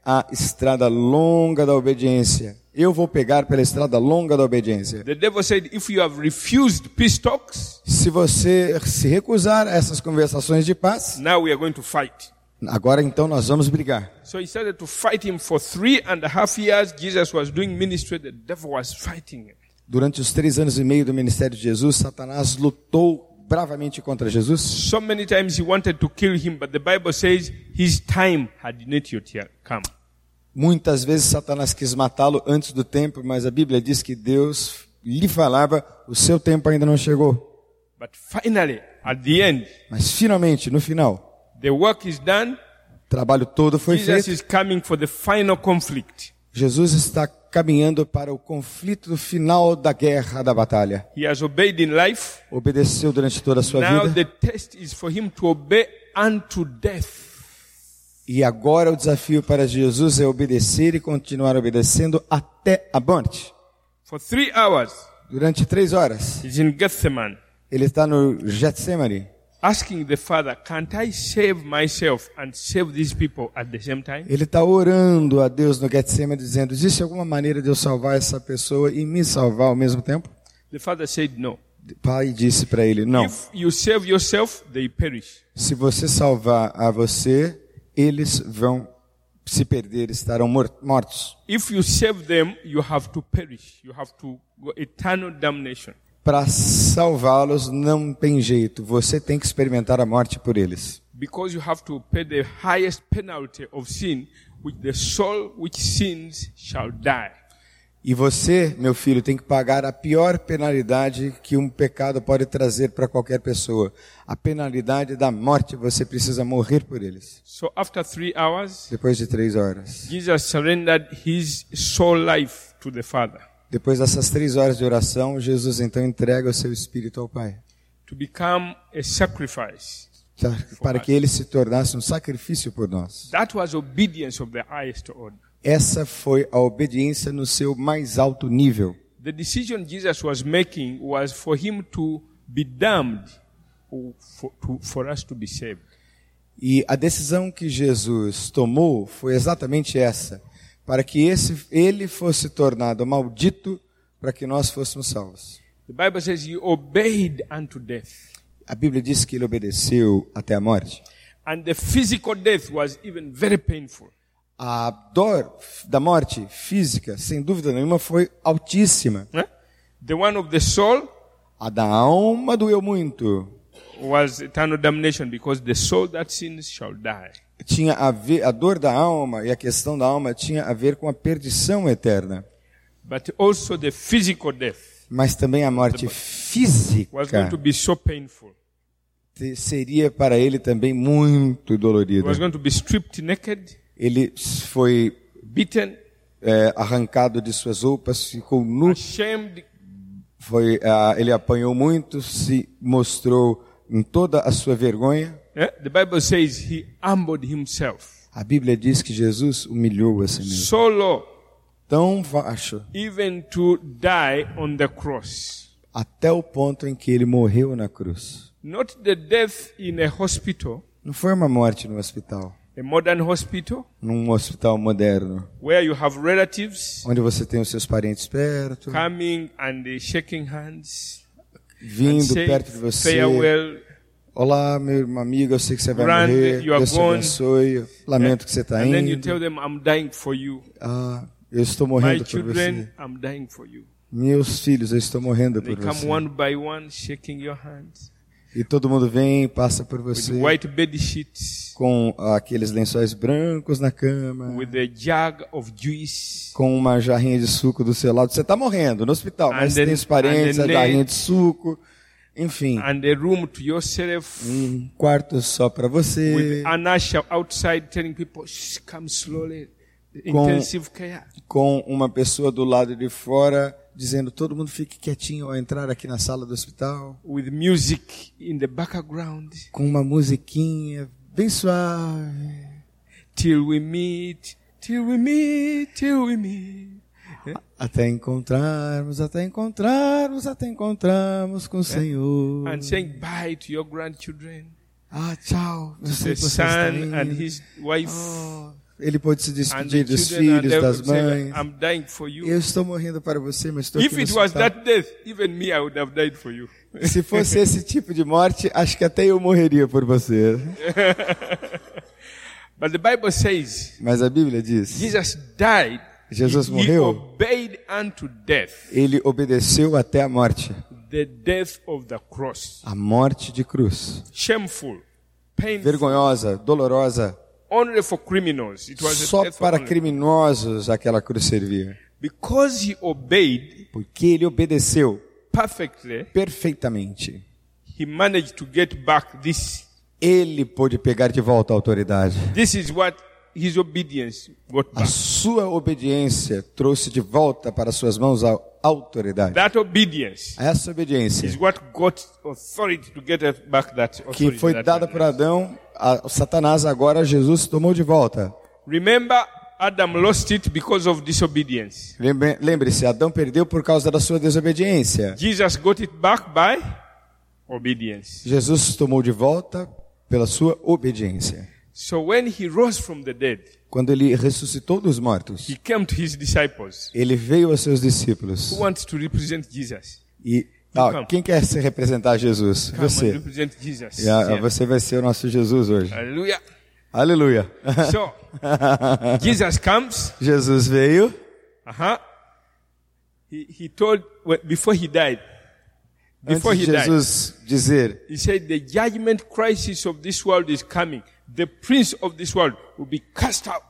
Speaker 2: a estrada longa da obediência. Eu vou pegar pela estrada longa da obediência.
Speaker 1: The devil said, if you have refused peace talks,
Speaker 2: Se você se recusar a essas conversações de paz,
Speaker 1: now we are going to fight.
Speaker 2: agora então nós vamos brigar.
Speaker 1: So he started to fight him for three and a half years. Jesus was doing ministry. The devil was fighting him.
Speaker 2: Durante os três anos e meio do ministério de Jesus, Satanás lutou bravamente contra Jesus.
Speaker 1: So many times he wanted to kill him, but the Bible says his time had not yet yet come.
Speaker 2: Muitas vezes Satanás quis matá-lo antes do tempo, mas a Bíblia diz que Deus lhe falava: o seu tempo ainda não chegou.
Speaker 1: But finally, at the end,
Speaker 2: Mas finalmente, no final,
Speaker 1: the work is done.
Speaker 2: o trabalho todo foi
Speaker 1: Jesus
Speaker 2: feito.
Speaker 1: is coming for the final conflict.
Speaker 2: Jesus está caminhando para o conflito final da guerra, da batalha.
Speaker 1: He has obeyed in life.
Speaker 2: Obedeceu durante toda a sua
Speaker 1: Now
Speaker 2: vida.
Speaker 1: the test is for him to obey unto death.
Speaker 2: E agora o desafio para Jesus é obedecer e continuar obedecendo até a morte.
Speaker 1: For three hours,
Speaker 2: Durante três horas,
Speaker 1: he's in Gethsemane,
Speaker 2: ele está no Getsemane,
Speaker 1: asking the Father, can't I save myself and save these people at the same time?
Speaker 2: ele está orando a Deus no Getsemane, dizendo, existe alguma maneira de eu salvar essa pessoa e me salvar ao mesmo tempo?
Speaker 1: The Father said, no.
Speaker 2: O Pai disse para ele, não,
Speaker 1: If you save yourself, they perish.
Speaker 2: se você salvar a você, eles vão se perder, estarão mor- mortos.
Speaker 1: If you save them, you have to perish. You have to go eternal damnation.
Speaker 2: Para salvá-los não tem jeito, você tem que experimentar a morte por eles.
Speaker 1: Because you have to pay the highest penalty of sin, which the soul which sins shall die.
Speaker 2: E você, meu filho, tem que pagar a pior penalidade que um pecado pode trazer para qualquer pessoa. A penalidade da morte, você precisa morrer por eles.
Speaker 1: So after three hours,
Speaker 2: Depois de três horas.
Speaker 1: Jesus surrendered his soul life to the Father
Speaker 2: Depois dessas três horas de oração, Jesus então entrega o seu espírito ao Pai.
Speaker 1: to become a sacrifice.
Speaker 2: tá? Para que ele se tornasse um sacrifício por nós.
Speaker 1: That was obedience of the highest order.
Speaker 2: Essa foi a obediência no seu mais alto nível.
Speaker 1: The decision Jesus was making was for him to be damned or for, to, for us to be saved.
Speaker 2: E a decisão que Jesus tomou foi exatamente essa, para que esse, ele fosse tornado maldito para que nós fôssemos salvos.
Speaker 1: The Bible says he obeyed unto death.
Speaker 2: A Bíblia diz que ele obedeceu até a morte.
Speaker 1: And the physical death was even very painful.
Speaker 2: A dor da morte física, sem dúvida nenhuma, foi altíssima.
Speaker 1: Eh? The one of the soul
Speaker 2: A da alma doeu muito.
Speaker 1: was eternal damnation because the soul that sins shall die.
Speaker 2: Tinha a ver a dor da alma e a questão da alma tinha a ver com a perdição eterna,
Speaker 1: But also the physical death
Speaker 2: mas também a morte
Speaker 1: was going to
Speaker 2: física
Speaker 1: be so painful.
Speaker 2: te- seria para ele também muito
Speaker 1: He was
Speaker 2: dolorida.
Speaker 1: going to be stripped naked,
Speaker 2: Ele s- foi
Speaker 1: beaten,
Speaker 2: é, arrancado de suas roupas, ficou nu,
Speaker 1: shamed,
Speaker 2: foi, ah, ele apanhou muito, se mostrou em toda a sua vergonha.
Speaker 1: Eh? The Bible says he humbled himself
Speaker 2: A Bíblia diz que Jesus humilhou a si mesmo.
Speaker 1: so low,
Speaker 2: Tão baixo,
Speaker 1: even to die on the cross.
Speaker 2: até o ponto em que ele morreu na cruz.
Speaker 1: Not the death in a hospital,
Speaker 2: Não foi uma morte no hospital,
Speaker 1: a modern hospital,
Speaker 2: num hospital moderno,
Speaker 1: where you have relatives
Speaker 2: onde você tem os seus parentes perto,
Speaker 1: coming and uh, shaking hands, and
Speaker 2: vindo
Speaker 1: saying
Speaker 2: perto de você.
Speaker 1: farewell.
Speaker 2: Olá, meu irmão, amigo, eu sei que você vai
Speaker 1: Grande,
Speaker 2: morrer.
Speaker 1: you are
Speaker 2: Deus te
Speaker 1: gone.
Speaker 2: abençoe. Lamento que você está
Speaker 1: And then you
Speaker 2: indo.
Speaker 1: tell them, I'm dying for you.
Speaker 2: Ah, eu estou
Speaker 1: My
Speaker 2: morrendo por você.
Speaker 1: children, I'm dying for you.
Speaker 2: Meus filhos, eu estou morrendo
Speaker 1: They
Speaker 2: por
Speaker 1: come
Speaker 2: você.
Speaker 1: one by one, shaking your hands
Speaker 2: E todo mundo vem, passa por
Speaker 1: with
Speaker 2: você
Speaker 1: white bed sheets,
Speaker 2: com aqueles lençóis brancos na cama,
Speaker 1: with a jug of juice,
Speaker 2: com uma jarrinha de suco do seu lado. Você está morrendo no hospital, mas
Speaker 1: And then-
Speaker 2: tem os parentes,
Speaker 1: and
Speaker 2: a
Speaker 1: then
Speaker 2: jarrinha
Speaker 1: they-
Speaker 2: de suco, enfim,
Speaker 1: and a room to yourself.
Speaker 2: um quarto só para você,
Speaker 1: with an usher outside telling people, Shh, come slowly.
Speaker 2: Com-
Speaker 1: Intensive care.
Speaker 2: com uma pessoa do lado de fora dizendo todo mundo fique quietinho ao entrar aqui na sala do hospital,
Speaker 1: With music in the background
Speaker 2: com uma musiquinha bem suave.
Speaker 1: till we meet, till we meet, till we meet.
Speaker 2: Até encontrarmos, até encontrarmos, até encontrarmos com o Senhor.
Speaker 1: É. And saying bye to your grandchildren,
Speaker 2: Ah, tchau. Eu
Speaker 1: the
Speaker 2: sei que você está
Speaker 1: son
Speaker 2: indo.
Speaker 1: and his wife,
Speaker 2: Oh, ele pode se
Speaker 1: and the
Speaker 2: despedir dos
Speaker 1: children, and
Speaker 2: filhos, das
Speaker 1: everyone
Speaker 2: mães.
Speaker 1: saying, I'm dying for
Speaker 2: Eu
Speaker 1: you.
Speaker 2: estou morrendo para você, mas estou
Speaker 1: If
Speaker 2: aqui no
Speaker 1: it was
Speaker 2: hospital.
Speaker 1: that death, even me, I would have died for you.
Speaker 2: Se fosse esse tipo de morte, acho que até eu morreria por você.
Speaker 1: But the Bible says
Speaker 2: Mas a Bíblia diz,
Speaker 1: Jesus died.
Speaker 2: Jesus
Speaker 1: he, he
Speaker 2: morreu.
Speaker 1: obeyed unto death.
Speaker 2: ele obedeceu até a morte.
Speaker 1: the death of the cross.
Speaker 2: A morte de cruz.
Speaker 1: Shameful, painful,
Speaker 2: Vergonhosa, dolorosa.
Speaker 1: only for criminals. It was a
Speaker 2: Só
Speaker 1: death
Speaker 2: para
Speaker 1: only.
Speaker 2: criminosos aquela cruz servia.
Speaker 1: Because he obeyed
Speaker 2: Porque ele obedeceu
Speaker 1: perfectly,
Speaker 2: perfeitamente.
Speaker 1: he managed to get back this.
Speaker 2: Ele pôde pegar de volta a autoridade.
Speaker 1: This is what his obedience got
Speaker 2: A
Speaker 1: back.
Speaker 2: sua obediência trouxe de volta para suas mãos a autoridade.
Speaker 1: That obedience
Speaker 2: Essa
Speaker 1: is
Speaker 2: obediência
Speaker 1: what got authority to get us back that authority.
Speaker 2: que foi
Speaker 1: that
Speaker 2: dada
Speaker 1: man
Speaker 2: por
Speaker 1: had.
Speaker 2: Adão, a Satanás agora Jesus tomou de volta.
Speaker 1: Remember, Adam lost it because of disobedience.
Speaker 2: Lembre- Lembre-se, Adão perdeu por causa da sua desobediência.
Speaker 1: Jesus got it back by obedience.
Speaker 2: Jesus tomou de volta pela sua obediência.
Speaker 1: So when he rose from the dead,
Speaker 2: Quando ele ressuscitou dos
Speaker 1: he
Speaker 2: mortos,
Speaker 1: came to his disciples.
Speaker 2: ele veio aos seus discípulos.
Speaker 1: Who wants to represent Jesus?
Speaker 2: E ah, quem quer se representar Jesus?
Speaker 1: Come and
Speaker 2: Você.
Speaker 1: represent Jesus.
Speaker 2: E, ah,
Speaker 1: Yeah.
Speaker 2: Você vai ser o nosso Jesus hoje.
Speaker 1: Hallelujah.
Speaker 2: Aleluia.
Speaker 1: So, Jesus comes.
Speaker 2: Jesus veio,
Speaker 1: Uh-huh. He, he told, well, before he died, before
Speaker 2: antes de
Speaker 1: he died,
Speaker 2: Jesus dizer,
Speaker 1: he said, the judgment crisis of this world is coming. The prince of this world will be cast out.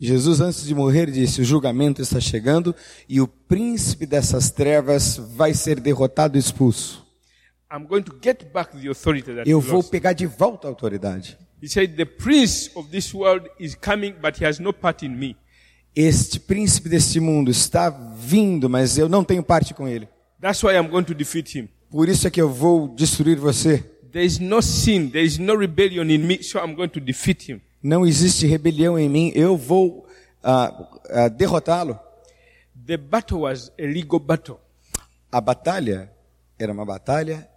Speaker 2: Jesus antes de morrer disse, o julgamento está chegando e o príncipe dessas trevas vai ser derrotado e expulso.
Speaker 1: I'm going to get back the authority that
Speaker 2: Eu
Speaker 1: he
Speaker 2: vou
Speaker 1: lost.
Speaker 2: pegar de volta a autoridade.
Speaker 1: He said, the prince of this world is coming, but he has no part in me.
Speaker 2: Este príncipe deste mundo está vindo, mas eu não tenho parte com ele.
Speaker 1: That's why I'm going to defeat him.
Speaker 2: Por isso é que eu vou destruir você.
Speaker 1: There is no sin, there is no rebellion in me, so I'm going to defeat him.
Speaker 2: Não existe rebelião em mim. Eu vou ah, ah, derrotá-lo.
Speaker 1: The battle was a legal battle.
Speaker 2: A batalha era uma batalha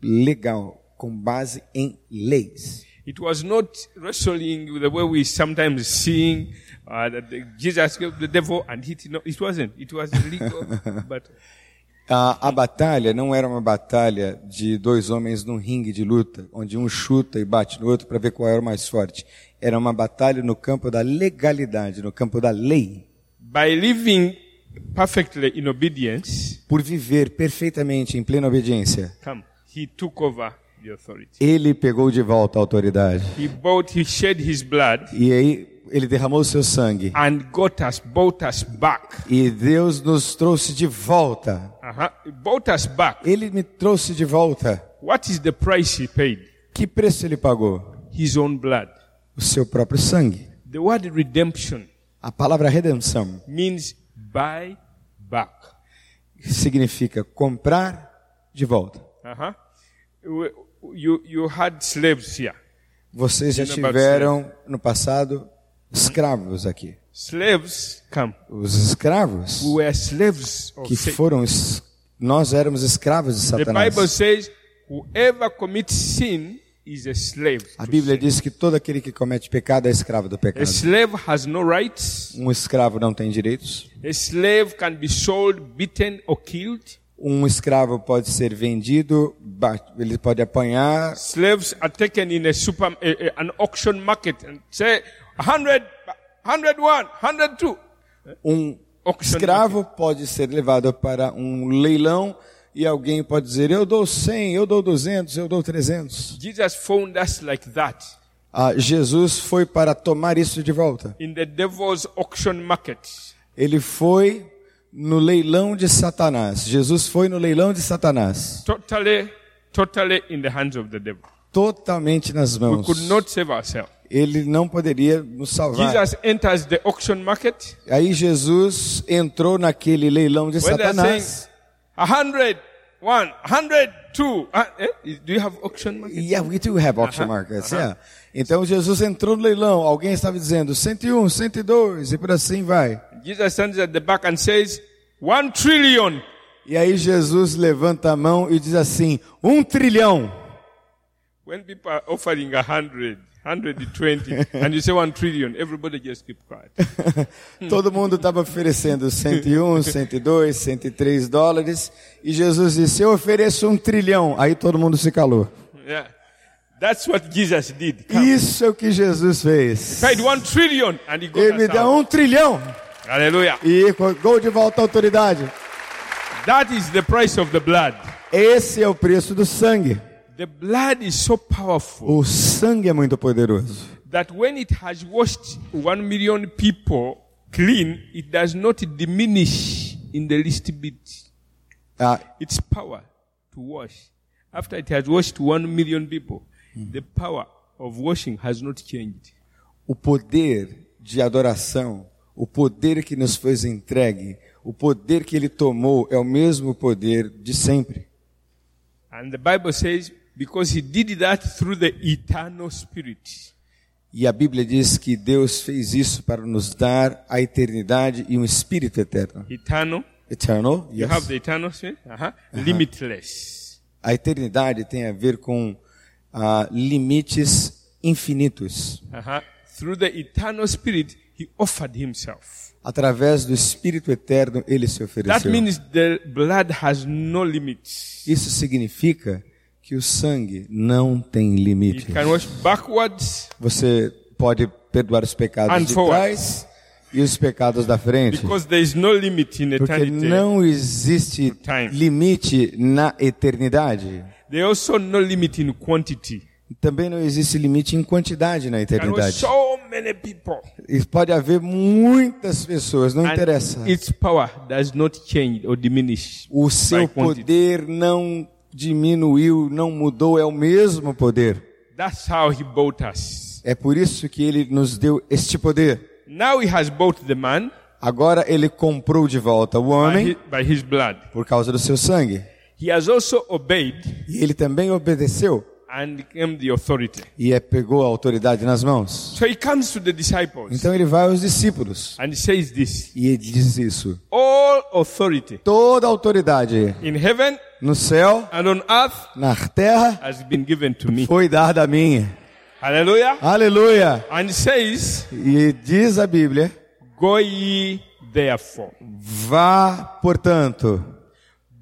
Speaker 2: legal, com base em leis.
Speaker 1: It was not wrestling with the way we sometimes seeing uh, that the- Jesus gave the devil and hit. No, it wasn't. It was a legal battle.
Speaker 2: A, a batalha não era uma batalha de dois homens num ringue de luta, onde um chuta e bate no outro para ver qual era o mais forte. Era uma batalha no campo da legalidade, no campo da lei.
Speaker 1: By living perfectly in obedience,
Speaker 2: Por viver perfeitamente em plena obediência,
Speaker 1: come, he took over the authority.
Speaker 2: ele pegou de volta a autoridade.
Speaker 1: He bought, he shed his blood
Speaker 2: E aí ele derramou o seu sangue.
Speaker 1: and got us, bought us back.
Speaker 2: E Deus nos trouxe de volta.
Speaker 1: Uh-huh. He bought us back.
Speaker 2: Ele me trouxe de volta.
Speaker 1: What is the price he paid?
Speaker 2: Que preço ele pagou?
Speaker 1: His own blood.
Speaker 2: O seu próprio sangue.
Speaker 1: The word redemption
Speaker 2: A palavra redenção
Speaker 1: means buy back.
Speaker 2: significa comprar de volta.
Speaker 1: Uh-huh. You- You, you had slaves here.
Speaker 2: Vocês já
Speaker 1: Dina Batista.
Speaker 2: tiveram no passado escravos aqui.
Speaker 1: Slaves, come.
Speaker 2: Os escravos
Speaker 1: We were slaves of
Speaker 2: que
Speaker 1: Satan.
Speaker 2: foram es- nós éramos escravos de
Speaker 1: The Bible
Speaker 2: Satanás.
Speaker 1: says, whoever commits sin is a slave.
Speaker 2: A
Speaker 1: to
Speaker 2: Bíblia
Speaker 1: sin.
Speaker 2: diz que todo aquele que comete pecado é escravo do
Speaker 1: A
Speaker 2: pecado.
Speaker 1: slave has no rights.
Speaker 2: Um escravo não tem direitos.
Speaker 1: A slave can be sold, beaten, or killed.
Speaker 2: Um escravo pode ser vendido, ba- ele pode apanhar,
Speaker 1: Slaves are taken in a super, a, a- an auction market and say, 100, 101, 102.
Speaker 2: um
Speaker 1: Auction
Speaker 2: escravo pode ser levado para um leilão e alguém pode dizer: Eu dou 100, eu dou 200, eu dou 300.
Speaker 1: Jesus found us like that
Speaker 2: Ah, Jesus foi para tomar isso de volta.
Speaker 1: in the devil's auction market.
Speaker 2: Ele foi no leilão de Satanás. Jesus foi no leilão de Satanás,
Speaker 1: Totally, totally in the hands of the devil.
Speaker 2: totalmente nas
Speaker 1: We
Speaker 2: mãos.
Speaker 1: could not save ourselves.
Speaker 2: Ele não poderia nos salvar.
Speaker 1: Jesus enters the auction market
Speaker 2: Aí Jesus entrou naquele leilão de
Speaker 1: when they're saying
Speaker 2: Satanás.
Speaker 1: a hundred, one, hundred, two. Uh, eh? Do you have auction market?
Speaker 2: Yeah, we do have auction markets, yeah. Então Jesus entrou no leilão, alguém estava dizendo 101, 102 e por assim vai.
Speaker 1: Jesus stands at the back and says, one trillion.
Speaker 2: E aí Jesus levanta a mão e diz assim, um trilhão.
Speaker 1: When people are offering a hundred, hundred and twenty, and you say one trillion, everybody just keep quiet.
Speaker 2: Todo mundo estava oferecendo 101, 102, 103 dólares e Jesus disse, eu ofereço um trilhão. Aí todo mundo se calou.
Speaker 1: Yeah. That's what Jesus did. He
Speaker 2: Isso é o que Jesus fez.
Speaker 1: paid one trillion and he got
Speaker 2: Ele me
Speaker 1: us
Speaker 2: dá
Speaker 1: out.
Speaker 2: um trilhão
Speaker 1: Hallelujah.
Speaker 2: e gol de volta à autoridade.
Speaker 1: That is the price of the blood.
Speaker 2: Esse é o preço do sangue.
Speaker 1: The blood is so powerful
Speaker 2: O sangue é muito poderoso.
Speaker 1: that when it has washed one million people clean, it does not diminish in the least bit
Speaker 2: Ah,
Speaker 1: its power to wash. After it has washed one million people, the power of washing has not changed.
Speaker 2: o poder de adoração, o poder que nos foi entregue, o poder que ele tomou é o mesmo poder de sempre.
Speaker 1: And the Bible says, because he did that through the eternal spirit.
Speaker 2: E a Bíblia diz que Deus fez isso para nos dar a eternidade e um espírito eterno.
Speaker 1: Eternal.
Speaker 2: Eternal?
Speaker 1: You have
Speaker 2: Yes.
Speaker 1: the eternal spirit. Uh-huh. Limitless.
Speaker 2: A eternidade tem a ver com ah, limites infinitos.
Speaker 1: Uh-huh. Through the eternal spirit, he offered himself.
Speaker 2: Através do espírito eterno ele se
Speaker 1: That
Speaker 2: ofereceu.
Speaker 1: means the blood has no limits.
Speaker 2: Isso significa que o sangue não tem
Speaker 1: You
Speaker 2: limites.
Speaker 1: can wash backwards
Speaker 2: Você pode perdoar os pecados
Speaker 1: And
Speaker 2: de
Speaker 1: forward.
Speaker 2: trás e os pecados da frente,
Speaker 1: because there is no limit in
Speaker 2: porque
Speaker 1: eternity.
Speaker 2: não existe
Speaker 1: Time.
Speaker 2: limite na eternidade.
Speaker 1: There is also no limit in quantity.
Speaker 2: Também não existe limite em quantidade na
Speaker 1: There are
Speaker 2: eternidade.
Speaker 1: so many people.
Speaker 2: E pode haver muitas pessoas, não
Speaker 1: And
Speaker 2: interessa.
Speaker 1: its power does not change or diminish.
Speaker 2: O seu
Speaker 1: by quantity.
Speaker 2: poder não diminuiu, não mudou, é o mesmo poder.
Speaker 1: That's how he bought us.
Speaker 2: É por isso que ele nos deu este poder.
Speaker 1: Now he has bought the man
Speaker 2: Agora ele comprou de volta o
Speaker 1: by
Speaker 2: homem
Speaker 1: his, by his blood.
Speaker 2: por causa do seu sangue.
Speaker 1: He has also obeyed
Speaker 2: E ele também obedeceu
Speaker 1: and became the authority.
Speaker 2: e é, pegou a autoridade nas mãos.
Speaker 1: So he comes to the disciples
Speaker 2: Então ele vai aos discípulos
Speaker 1: and says this
Speaker 2: e ele diz isso.
Speaker 1: All authority
Speaker 2: Toda autoridade
Speaker 1: in heaven
Speaker 2: no céu,
Speaker 1: and on earth
Speaker 2: na terra,
Speaker 1: has been given to me.
Speaker 2: foi dada a mim.
Speaker 1: Hallelujah.
Speaker 2: Aleluia!
Speaker 1: And says,
Speaker 2: E diz a Bíblia:
Speaker 1: Go ye therefore.
Speaker 2: Vá, portanto,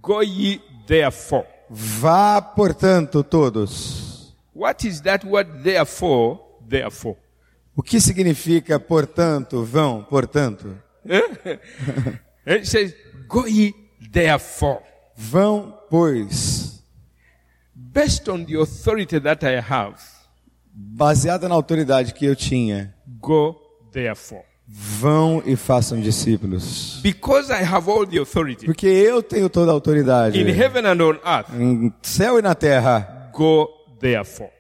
Speaker 1: Go ye therefore.
Speaker 2: vá, portanto, todos.
Speaker 1: What is that word therefore? Therefore.
Speaker 2: O que significa, portanto, vão, portanto?
Speaker 1: Eh, It says, Go ye therefore.
Speaker 2: Vão, pois,
Speaker 1: Based on the authority that I have,
Speaker 2: baseada na autoridade que eu tinha,
Speaker 1: go therefore.
Speaker 2: vão e façam discípulos.
Speaker 1: Because I have all the authority
Speaker 2: Porque eu tenho toda a autoridade
Speaker 1: in heaven and on earth,
Speaker 2: em céu e na terra.
Speaker 1: go therefore.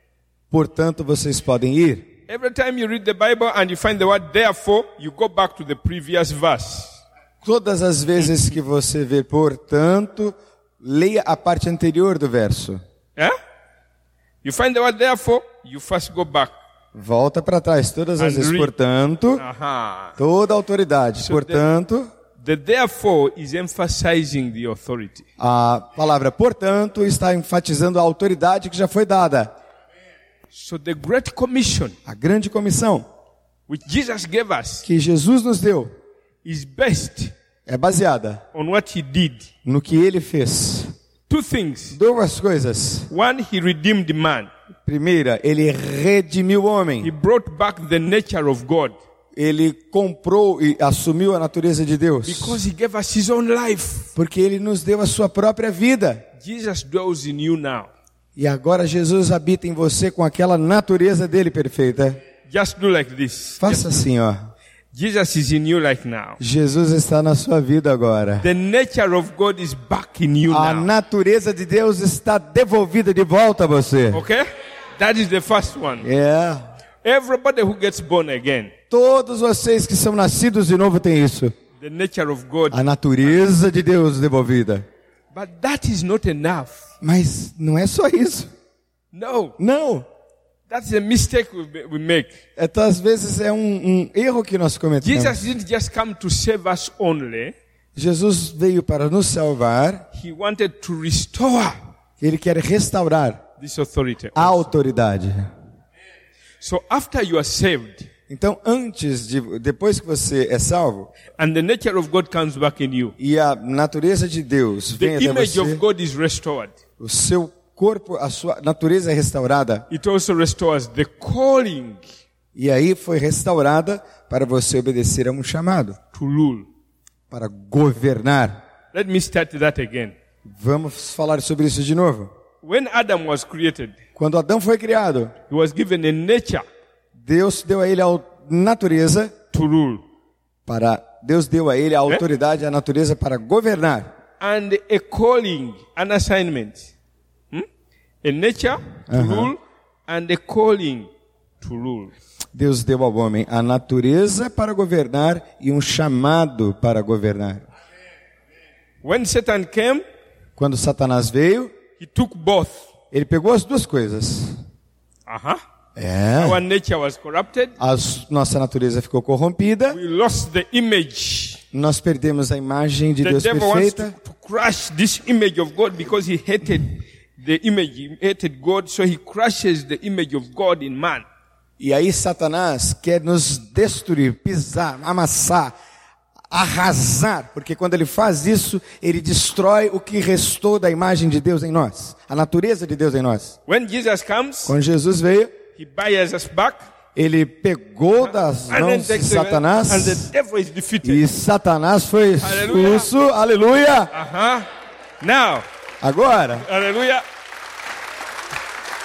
Speaker 2: Portanto, vocês podem ir.
Speaker 1: Every time you read the Bible and you find the word therefore, you go back to the previous verse.
Speaker 2: Todas as vezes que você vê, portanto, leia a parte anterior do verso.
Speaker 1: Eh? You find the word therefore, you first go back.
Speaker 2: Volta para trás todas as
Speaker 1: And
Speaker 2: vezes,
Speaker 1: read.
Speaker 2: portanto,
Speaker 1: Aha.
Speaker 2: toda a autoridade. portanto,
Speaker 1: The therefore is emphasizing the authority.
Speaker 2: a palavra portanto está enfatizando a autoridade que já foi dada.
Speaker 1: So the great commission
Speaker 2: A grande comissão
Speaker 1: which Jesus gave us
Speaker 2: que Jesus nos deu
Speaker 1: is based
Speaker 2: é baseada
Speaker 1: on what he did.
Speaker 2: no que ele fez.
Speaker 1: Two things.
Speaker 2: Duas coisas.
Speaker 1: One, he redeemed man.
Speaker 2: Primeira, ele redimiu o
Speaker 1: He
Speaker 2: homem.
Speaker 1: brought back the nature of God
Speaker 2: Ele comprou e assumiu a natureza de Deus.
Speaker 1: because he gave us his own life.
Speaker 2: Porque ele nos deu a sua própria vida.
Speaker 1: Jesus dwells in you now.
Speaker 2: E agora Jesus habita em você com aquela natureza dele perfeita.
Speaker 1: Just do like this.
Speaker 2: Faça assim, ó.
Speaker 1: Jesus is in you like now.
Speaker 2: Jesus está na sua vida agora.
Speaker 1: The nature of God is back in you
Speaker 2: A
Speaker 1: now.
Speaker 2: natureza de Deus está devolvida de volta a você.
Speaker 1: Okay? That is the first one.
Speaker 2: É.
Speaker 1: Everybody who gets born again,
Speaker 2: Todos vocês que são nascidos de novo têm isso.
Speaker 1: the nature of God.
Speaker 2: A natureza de Deus devolvida.
Speaker 1: But that is not enough.
Speaker 2: Mas não é só isso.
Speaker 1: No,
Speaker 2: Não.
Speaker 1: that's a mistake we, we make.
Speaker 2: É, tá, às vezes é um, um erro que nós cometemos.
Speaker 1: Jesus didn't just come to save us only.
Speaker 2: Jesus veio para nos salvar.
Speaker 1: He wanted to restore
Speaker 2: Ele quer restaurar
Speaker 1: this authority.
Speaker 2: a autoridade.
Speaker 1: So after you are saved
Speaker 2: Então, antes de, depois que você é salvo
Speaker 1: and the nature of God comes back in you,
Speaker 2: e a natureza de Deus
Speaker 1: the
Speaker 2: vem até
Speaker 1: image of
Speaker 2: você,
Speaker 1: God is restored.
Speaker 2: o seu corpo, a sua natureza é restaurada
Speaker 1: It also restores the calling
Speaker 2: e aí foi restaurada para você obedecer a um chamado,
Speaker 1: to rule.
Speaker 2: para governar.
Speaker 1: Let me start that again.
Speaker 2: Vamos falar sobre isso de novo.
Speaker 1: When Adam was created,
Speaker 2: Quando Adão foi criado,
Speaker 1: he was given a nature
Speaker 2: Deus deu a ele a au- natureza
Speaker 1: to rule
Speaker 2: para Deus deu a ele
Speaker 1: É?
Speaker 2: a autoridade e a natureza para governar,
Speaker 1: and a calling, an assignment. Hmm? A nature to rule and a calling to rule.
Speaker 2: Deus deu ao homem a natureza para governar e um chamado para governar.
Speaker 1: When Satan came,
Speaker 2: Quando Satanás veio,
Speaker 1: he took both.
Speaker 2: ele pegou as duas coisas.
Speaker 1: Uh-huh.
Speaker 2: É.
Speaker 1: Our nature was corrupted.
Speaker 2: As, nossa natureza ficou corrompida,
Speaker 1: We lost the image.
Speaker 2: nós perdemos a imagem de
Speaker 1: The
Speaker 2: Deus
Speaker 1: devil wants to,
Speaker 2: perfeita.
Speaker 1: to crush this image of God because he hated the image. He hated God, so he crushes the image of God in man.
Speaker 2: E aí Satanás quer nos destruir, pisar, amassar arrasar, porque quando ele faz isso, ele destrói o que restou da imagem de Deus em nós, a natureza de Deus em nós.
Speaker 1: When Jesus comes,
Speaker 2: Quando Jesus veio,
Speaker 1: he buys us back.
Speaker 2: ele pegou das
Speaker 1: And then
Speaker 2: mãos de
Speaker 1: takes the- and the
Speaker 2: Satanás
Speaker 1: devil is defeated.
Speaker 2: e Satanás foi
Speaker 1: Aleluia.
Speaker 2: expulso. Aleluia!
Speaker 1: Uh-huh. Now,
Speaker 2: Agora,
Speaker 1: hallelujah.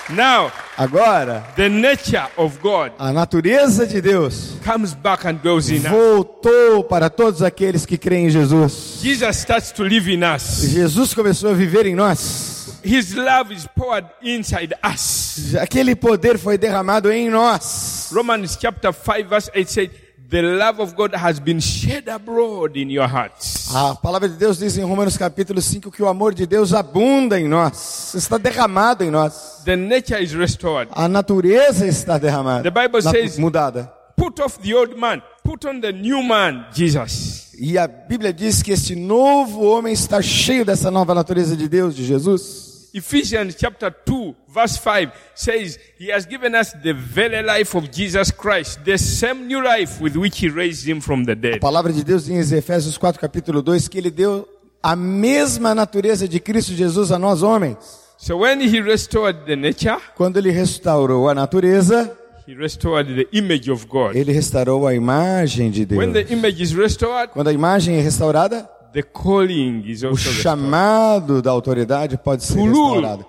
Speaker 1: Now,
Speaker 2: agora,
Speaker 1: the nature of God
Speaker 2: a natureza de Deus
Speaker 1: comes back and dwells in us.
Speaker 2: voltou para todos aqueles que creem em Jesus.
Speaker 1: Jesus starts to live in us.
Speaker 2: Jesus começou a viver em nós.
Speaker 1: His love is poured inside us.
Speaker 2: Aquele poder foi derramado em nós.
Speaker 1: Romans chapter 5 verse 8 says, the love of God has been shed abroad in your hearts.
Speaker 2: A palavra de Deus diz em Romanos capítulo 5 que o amor de Deus abunda em nós, está derramado em nós.
Speaker 1: The nature is restored.
Speaker 2: A natureza está derramada,
Speaker 1: The Bible
Speaker 2: natu-
Speaker 1: says-
Speaker 2: mudada.
Speaker 1: Put off the old man. Put on the new man, Jesus.
Speaker 2: E a Bíblia diz que este novo homem está cheio dessa nova natureza de Deus, de Jesus.
Speaker 1: Ephesians chapter 2 verse 5 says, He has given us the very life of Jesus Christ, the same new life with which He raised Him from the
Speaker 2: A
Speaker 1: dead.
Speaker 2: palavra de Deus diz em Efésios 4 capítulo 2 que ele deu a mesma natureza de Cristo Jesus a nós homens.
Speaker 1: So when He restored the nature,
Speaker 2: Quando ele restaurou a natureza,
Speaker 1: He restored the image of God.
Speaker 2: ele restaurou a imagem de Deus.
Speaker 1: When the image is restored,
Speaker 2: Quando a imagem é restaurada,
Speaker 1: the calling is
Speaker 2: O
Speaker 1: also restored.
Speaker 2: chamado da autoridade pode ser
Speaker 1: Pulul.
Speaker 2: restaurado.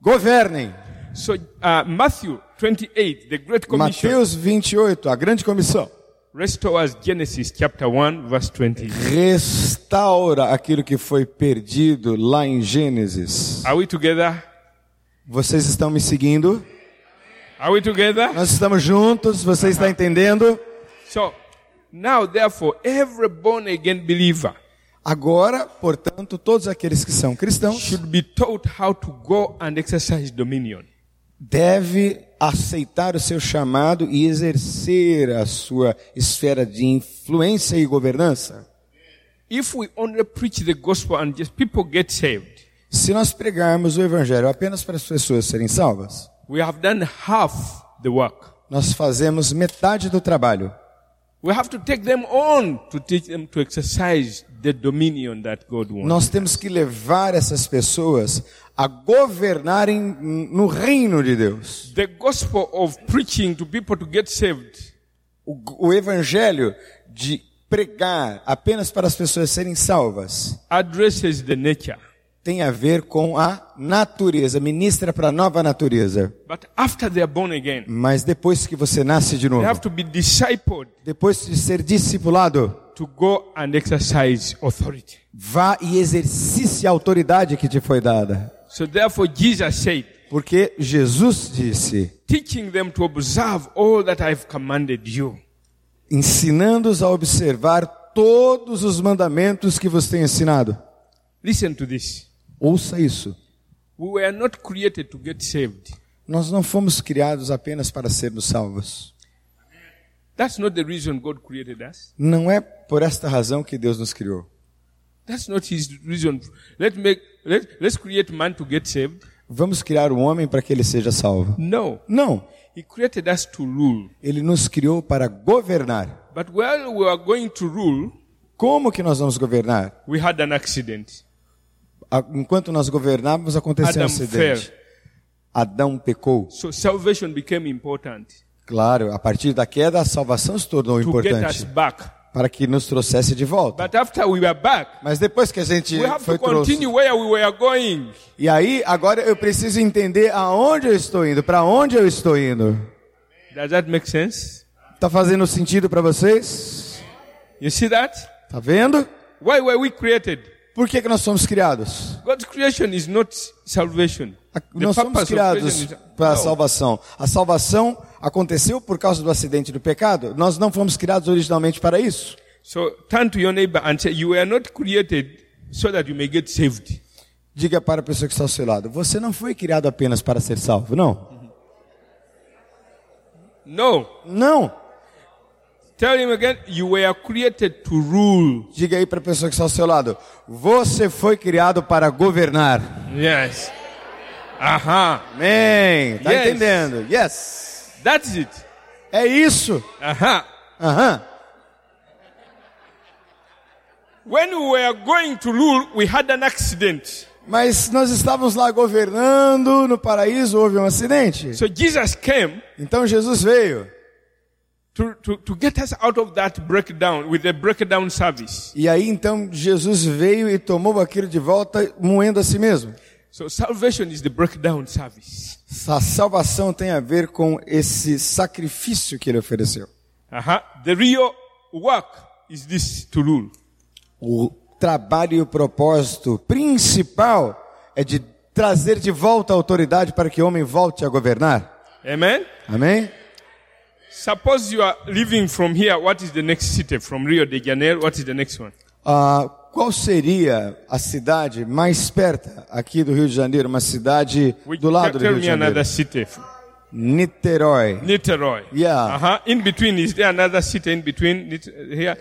Speaker 2: Governem.
Speaker 1: So uh, Matthew 28, the Great Commission,
Speaker 2: Mateus 28, a grande comissão,
Speaker 1: restores Genesis chapter 1 verse 20.
Speaker 2: restaura aquilo que foi perdido lá em Gênesis.
Speaker 1: Are we together?
Speaker 2: Vocês estão me seguindo?
Speaker 1: Are we together?
Speaker 2: Nós estamos juntos, você está entendendo?
Speaker 1: So now therefore every born again believer
Speaker 2: Agora, portanto, todos aqueles que são cristãos
Speaker 1: should be taught how to go and exercise dominion.
Speaker 2: deve aceitar o seu chamado e exercer a sua esfera de influência e governança.
Speaker 1: If we only preach the gospel and just people get saved,
Speaker 2: Se nós pregarmos o evangelho apenas para as pessoas serem salvas,
Speaker 1: we have done half the work.
Speaker 2: nós fazemos metade do trabalho.
Speaker 1: We have to take them on to teach them to exercise the dominion that God wants.
Speaker 2: Nós temos que levar essas pessoas a governarem no reino de Deus.
Speaker 1: The gospel of preaching to people to get saved
Speaker 2: O, o evangelho de pregar apenas para as pessoas serem salvas
Speaker 1: addresses the nature.
Speaker 2: tem a ver com a natureza, ministra para a nova natureza.
Speaker 1: But after they are born again,
Speaker 2: Mas depois que você nasce de
Speaker 1: they
Speaker 2: novo,
Speaker 1: have to be discipled
Speaker 2: depois de ser discipulado,
Speaker 1: to go and exercise authority.
Speaker 2: vá e exercice a autoridade que te foi dada.
Speaker 1: So therefore Jesus said,
Speaker 2: Porque Jesus disse,
Speaker 1: teaching them to observe all that I've commanded you.
Speaker 2: ensinando-os a observar todos os mandamentos que vos tenho ensinado.
Speaker 1: Listen to this.
Speaker 2: Ouça isso.
Speaker 1: We were not created to get saved.
Speaker 2: Nós não fomos criados apenas para sermos salvos.
Speaker 1: That's not the reason God created us.
Speaker 2: Não é por esta razão que Deus nos criou.
Speaker 1: That's not his reason. Let make let, let's create man to get saved.
Speaker 2: Vamos criar o homem para que ele seja salvo.
Speaker 1: No.
Speaker 2: Não.
Speaker 1: He created us to rule.
Speaker 2: Ele nos criou para governar.
Speaker 1: But while we were going to rule,
Speaker 2: Como que nós vamos governar?
Speaker 1: we had an accident.
Speaker 2: A- Enquanto nós governávamos, aconteceu
Speaker 1: Adam
Speaker 2: um acidente.
Speaker 1: fell.
Speaker 2: Adão pecou.
Speaker 1: So salvation became important
Speaker 2: Claro, a partir da queda, a salvação se tornou
Speaker 1: to get us
Speaker 2: importante
Speaker 1: back.
Speaker 2: para que nos trouxesse de volta.
Speaker 1: But after we were back,
Speaker 2: Mas depois que a gente
Speaker 1: we have
Speaker 2: foi
Speaker 1: to
Speaker 2: trouxe,
Speaker 1: continue where we were going.
Speaker 2: E aí, agora eu preciso entender aonde eu estou indo, para onde eu estou indo.
Speaker 1: Does that make sense?
Speaker 2: Tá fazendo sentido para vocês?
Speaker 1: You see that?
Speaker 2: Tá vendo?
Speaker 1: Why were we created?
Speaker 2: Por que, que nós somos criados?
Speaker 1: God's creation is not salvation.
Speaker 2: A-
Speaker 1: The
Speaker 2: Nós somos
Speaker 1: purpose of
Speaker 2: criados
Speaker 1: creation is-
Speaker 2: para a
Speaker 1: No.
Speaker 2: salvação. A salvação aconteceu por causa do acidente do pecado. Nós não fomos criados originalmente para isso.
Speaker 1: So turn to your neighbor and say, You were not created so that you may get saved.
Speaker 2: Diga para a pessoa que está ao seu lado: você não foi criado apenas para ser salvo, não?
Speaker 1: No.
Speaker 2: Não.
Speaker 1: Tell him again, you were created to rule.
Speaker 2: Diga aí para a pessoa que está ao seu lado: você foi criado para governar.
Speaker 1: Yes. Aha.
Speaker 2: Amém. Tá
Speaker 1: Yes.
Speaker 2: entendendo? Yes.
Speaker 1: That's it.
Speaker 2: É isso.
Speaker 1: Aha.
Speaker 2: Aham.
Speaker 1: When we were going to rule, we had an accident.
Speaker 2: Mas nós estávamos lá governando no paraíso, houve um acidente.
Speaker 1: So Jesus came
Speaker 2: Então Jesus veio
Speaker 1: to, to, to get us out of that breakdown with a breakdown service.
Speaker 2: e aí então Jesus veio e tomou aquilo de volta, moendo a si mesmo.
Speaker 1: So salvation is the breakdown service.
Speaker 2: A salvação tem a ver com esse sacrifício que ele ofereceu.
Speaker 1: Uh-huh. The real work is this to rule.
Speaker 2: O trabalho e o propósito principal é de trazer de volta a autoridade para que o homem volte a governar.
Speaker 1: Amen.
Speaker 2: Amém?
Speaker 1: Suppose you are leaving from here. What is the next city? From Rio de Janeiro, what is the next one?
Speaker 2: Ah, qual seria a cidade mais perto aqui do Rio de Janeiro? Uma cidade
Speaker 1: We-
Speaker 2: do lado do
Speaker 1: tell
Speaker 2: Rio de
Speaker 1: me
Speaker 2: Janeiro.
Speaker 1: another city.
Speaker 2: Niterói.
Speaker 1: Niterói.
Speaker 2: Yeah.
Speaker 1: Uh-huh. In between, is there another city in between Nit- uh, here?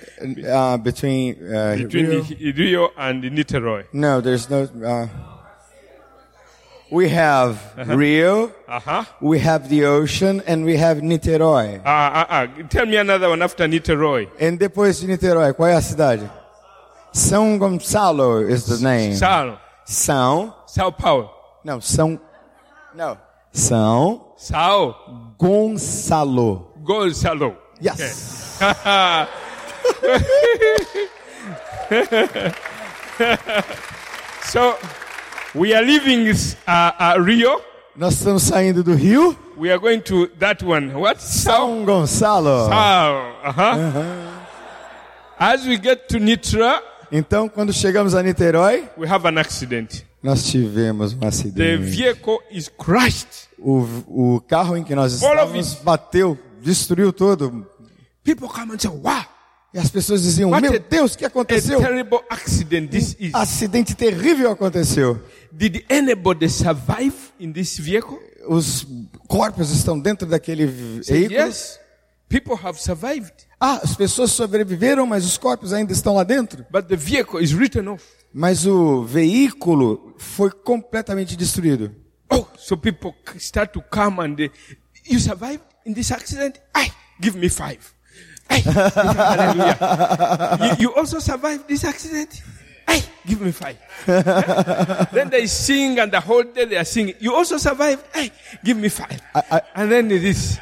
Speaker 2: Ah, between, ah,
Speaker 1: Between
Speaker 2: Rio-
Speaker 1: Rio, Rio and Niterói.
Speaker 2: No, there's no. ah. we have Rio,
Speaker 1: Uh-huh.
Speaker 2: we have the ocean, and we have Niterói.
Speaker 1: Uh, uh, uh, tell me another one after Niterói.
Speaker 2: And depois de Niterói, qual é a cidade? São Gonçalo is the name.
Speaker 1: Sao.
Speaker 2: São.
Speaker 1: Sao Paulo.
Speaker 2: Não, São. Não. São
Speaker 1: Sao
Speaker 2: Gonçalo.
Speaker 1: Gonçalo.
Speaker 2: Yes.
Speaker 1: So, we are leaving uh, uh, Rio.
Speaker 2: Nós estamos saindo do Rio.
Speaker 1: We are going to that one. What? Sao.
Speaker 2: São Gonçalo.
Speaker 1: Sao. Uh-huh. As we get to Nitra,
Speaker 2: Então, quando chegamos a Niterói,
Speaker 1: we have an accident.
Speaker 2: nós tivemos um
Speaker 1: The
Speaker 2: acidente.
Speaker 1: vehicle is crushed.
Speaker 2: O, o carro em que nós
Speaker 1: All of
Speaker 2: estávamos bateu, destruiu tudo.
Speaker 1: People come and say, wow,
Speaker 2: E as pessoas diziam:
Speaker 1: What
Speaker 2: Meu
Speaker 1: a-
Speaker 2: Deus, o que
Speaker 1: a
Speaker 2: aconteceu?
Speaker 1: terrible accident this is.
Speaker 2: Acidente terrível aconteceu.
Speaker 1: Did anybody survive in this vehicle?
Speaker 2: Os corpos estão dentro daquele veículo.
Speaker 1: Yes. People have survived,
Speaker 2: Ah, as pessoas sobreviveram, mas os corpos ainda estão lá dentro.
Speaker 1: but the vehicle is written off.
Speaker 2: Mas o veículo foi completamente destruído.
Speaker 1: Oh, so people c- start to come and they, you survived in this accident? Aye, give me five. Aye, give me hallelujah. You, you also survived this accident? Aye, give me five. Eh? then they sing and the whole day they are singing. You also survived? Aye, give me five.
Speaker 2: I-
Speaker 1: and then it is,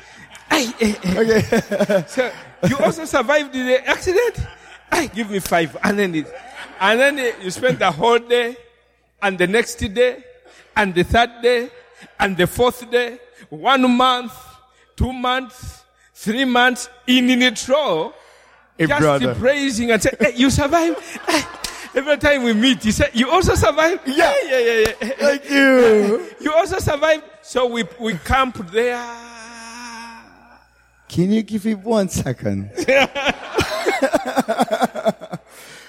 Speaker 1: aye, eh, eh.
Speaker 2: Ok.
Speaker 1: So, you also survived the accident? Aye, give me five. And then it, and then eh, you spend the whole day, and the next day, and the third day, and the fourth day, one month, two months, three months in in a row, just
Speaker 2: brother.
Speaker 1: praising and say, hey, you survived. Eh, Every time we meet, you say, you also survived?
Speaker 2: Yeah.
Speaker 1: Eh, yeah, yeah, yeah. Eh,
Speaker 2: Thank you.
Speaker 1: You also survived? So we, we camped there.
Speaker 2: Can you give me one second?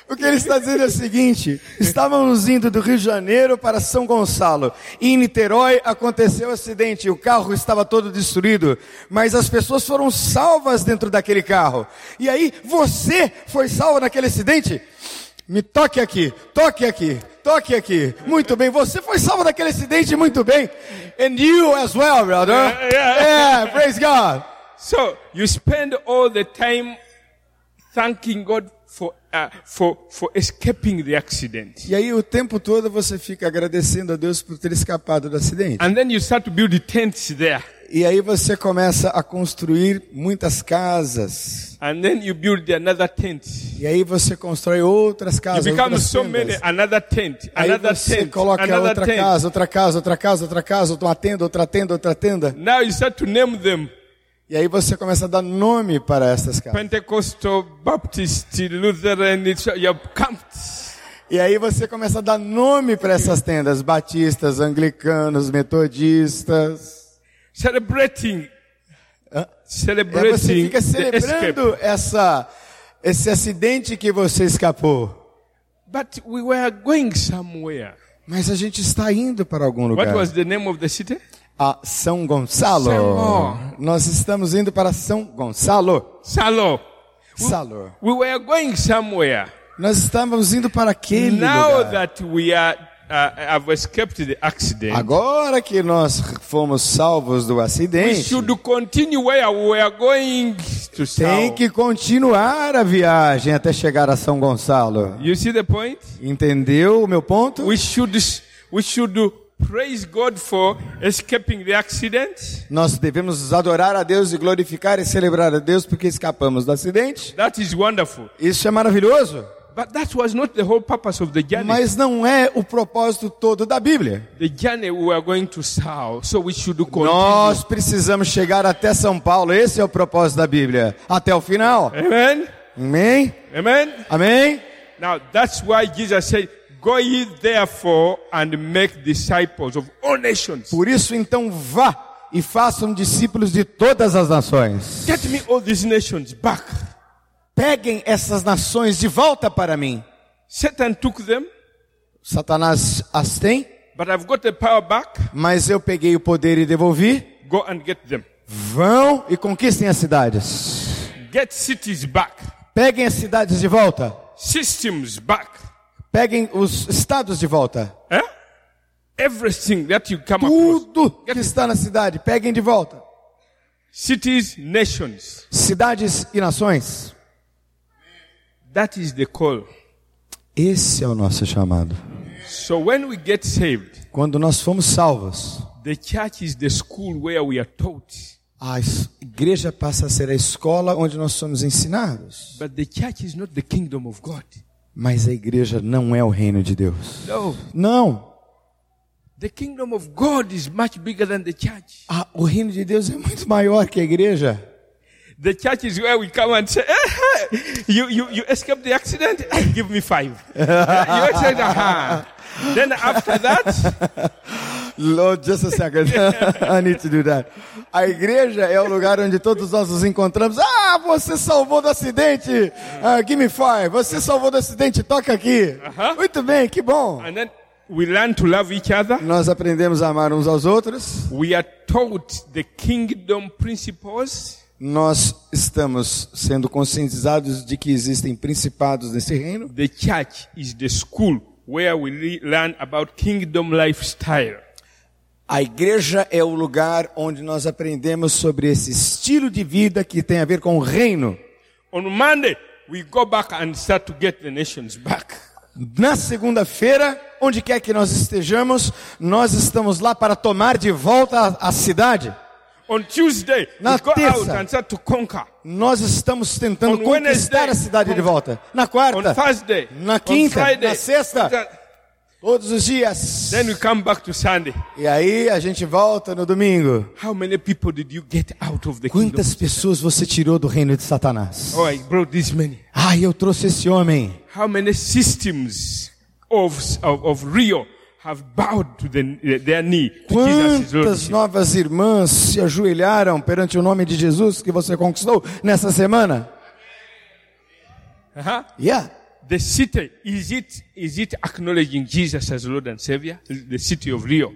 Speaker 2: o que ele está dizendo é o seguinte: estávamos indo do Rio de Janeiro para São Gonçalo. E em Niterói aconteceu um acidente, o carro estava todo destruído, mas as pessoas foram salvas dentro daquele carro. E aí você foi salvo naquele acidente? Me toque aqui, toque aqui, toque aqui. Muito bem, você foi salvo daquele acidente, muito bem. And you as well, brother.
Speaker 1: yeah.
Speaker 2: yeah praise God.
Speaker 1: So you spend all the time thanking God for, uh, for, for escaping the accident.
Speaker 2: E aí o tempo todo você fica agradecendo a Deus por ter escapado do acidente.
Speaker 1: And then you start to build tents there.
Speaker 2: E aí você começa a construir muitas casas.
Speaker 1: And then you build another tent.
Speaker 2: E aí você constrói outras
Speaker 1: You
Speaker 2: casas.
Speaker 1: become
Speaker 2: Outras
Speaker 1: so
Speaker 2: tendas.
Speaker 1: many, another tent,
Speaker 2: Aí
Speaker 1: another
Speaker 2: você
Speaker 1: tent,
Speaker 2: coloca
Speaker 1: another
Speaker 2: outra
Speaker 1: tent.
Speaker 2: casa, outra casa, outra casa, outra casa, outra tenda, outra tenda, outra tenda.
Speaker 1: Now you start to name them
Speaker 2: E aí você começa a dar nome para essas casas.
Speaker 1: Pentecostal, Baptist, Lutheran, it's, uh, you're camped.
Speaker 2: E aí você começa a dar nome para essas tendas. Batistas, anglicanos, metodistas.
Speaker 1: Celebrating.
Speaker 2: E aí
Speaker 1: Celebrating.
Speaker 2: você fica
Speaker 1: the escape.
Speaker 2: celebrando essa, esse acidente que você escapou.
Speaker 1: But we were going somewhere.
Speaker 2: Mas a gente está indo para algum
Speaker 1: What
Speaker 2: lugar.
Speaker 1: was the name of the city?
Speaker 2: A São Gonçalo.
Speaker 1: São-
Speaker 2: Nós estamos indo para São Gonçalo.
Speaker 1: Salo.
Speaker 2: Salo.
Speaker 1: We were going somewhere.
Speaker 2: Nós estávamos indo para aquele
Speaker 1: Now
Speaker 2: lugar.
Speaker 1: that we are uh, have escaped the accident,
Speaker 2: Agora que nós fomos salvos do
Speaker 1: we
Speaker 2: acidente,
Speaker 1: should continue where we are going to
Speaker 2: tem
Speaker 1: Sao.
Speaker 2: que continuar a viagem até chegar a São Gonçalo.
Speaker 1: You see the point?
Speaker 2: Entendeu o meu ponto?
Speaker 1: We should, we should praise God for escaping the accident.
Speaker 2: Nós devemos adorar a Deus e glorificar e celebrar a Deus porque escapamos do acidente.
Speaker 1: That is wonderful.
Speaker 2: Isso é maravilhoso,
Speaker 1: But that was not the whole purpose of the journey.
Speaker 2: mas não é o propósito todo da Bíblia.
Speaker 1: the journey we are going to Sao, so we should continue.
Speaker 2: Nós precisamos chegar até São Paulo, esse é o propósito da Bíblia, até o final.
Speaker 1: Amen.
Speaker 2: Amém?
Speaker 1: Amen.
Speaker 2: Amém?
Speaker 1: Now that's why Jesus said, Go ye therefore and make disciples of all nations.
Speaker 2: Por isso então vá e façam discípulos de todas as nações.
Speaker 1: Get me all these nations back.
Speaker 2: Peguem essas nações de volta para mim.
Speaker 1: Satan took them,
Speaker 2: Satanás as tem,
Speaker 1: but I've got the power back.
Speaker 2: mas eu peguei o poder e devolvi.
Speaker 1: Go and get them.
Speaker 2: Vão e conquistem as cidades.
Speaker 1: Get cities back,
Speaker 2: Peguem as cidades de volta.
Speaker 1: systems back.
Speaker 2: Peguem os estados de volta.
Speaker 1: Eh? Everything that you come across.
Speaker 2: Tudo que está na cidade, peguem de volta.
Speaker 1: Cities, nations.
Speaker 2: Cidades e nações.
Speaker 1: That is the call.
Speaker 2: Esse é o nosso chamado.
Speaker 1: So when we get saved,
Speaker 2: Quando nós fomos salvos,
Speaker 1: the church is the school where we are taught.
Speaker 2: a es- igreja passa a ser a escola onde nós somos ensinados.
Speaker 1: But the church is not the kingdom of God.
Speaker 2: Mas a igreja não é o reino de Deus.
Speaker 1: No.
Speaker 2: Não.
Speaker 1: The kingdom of God is much bigger than the church.
Speaker 2: A- o reino de Deus é muito maior que a igreja.
Speaker 1: The church is where we come and say, "Eh, eh, you, you, you escaped the accident, eh, give me five. Eh, you said, aha. Then after that,
Speaker 2: Lord, just a second. I need to do that. A igreja é o lugar onde todos nós nos encontramos. Ah, você salvou do acidente. Ah, give me five. Você salvou do acidente. Toca aqui.
Speaker 1: Aham.
Speaker 2: Muito bem, que bom.
Speaker 1: and then we learn to love each other.
Speaker 2: Nós aprendemos a amar uns aos outros.
Speaker 1: We are taught the kingdom principles.
Speaker 2: Nós estamos sendo conscientizados de que existem principados nesse reino.
Speaker 1: The church is the school where we le- learn about kingdom lifestyle.
Speaker 2: A igreja é o lugar onde nós aprendemos sobre esse estilo de vida que tem a ver com o reino.
Speaker 1: On Monday, we go back and start to get the nations back.
Speaker 2: Na segunda-feira, onde quer que nós estejamos, nós estamos lá para tomar de volta a, a cidade.
Speaker 1: On Tuesday,
Speaker 2: Na
Speaker 1: we go out
Speaker 2: terça.
Speaker 1: and start to conquer.
Speaker 2: Nós estamos tentando
Speaker 1: On
Speaker 2: conquistar
Speaker 1: Wednesday.
Speaker 2: a cidade de volta. Na
Speaker 1: On
Speaker 2: quarta,
Speaker 1: Thursday,
Speaker 2: Na
Speaker 1: on
Speaker 2: quinta,
Speaker 1: Friday,
Speaker 2: na sexta.
Speaker 1: that-
Speaker 2: todos os dias.
Speaker 1: Then we come back to Sunday.
Speaker 2: E aí a gente volta no domingo.
Speaker 1: How many people did you get out of the kingdom?
Speaker 2: Quantas pessoas você tirou do reino de Satanás?
Speaker 1: Oh, I brought this many.
Speaker 2: Ai, eu trouxe esse homem.
Speaker 1: How many systems of of, of Rio have bowed to the, their knee to Jesus'
Speaker 2: Quantas
Speaker 1: Lordship?
Speaker 2: novas irmãs se ajoelharam perante o nome de Jesus que você conquistou nessa semana?
Speaker 1: Uh-huh.
Speaker 2: Yeah.
Speaker 1: The city is it is it acknowledging Jesus as Lord and Savior? The city of Rio.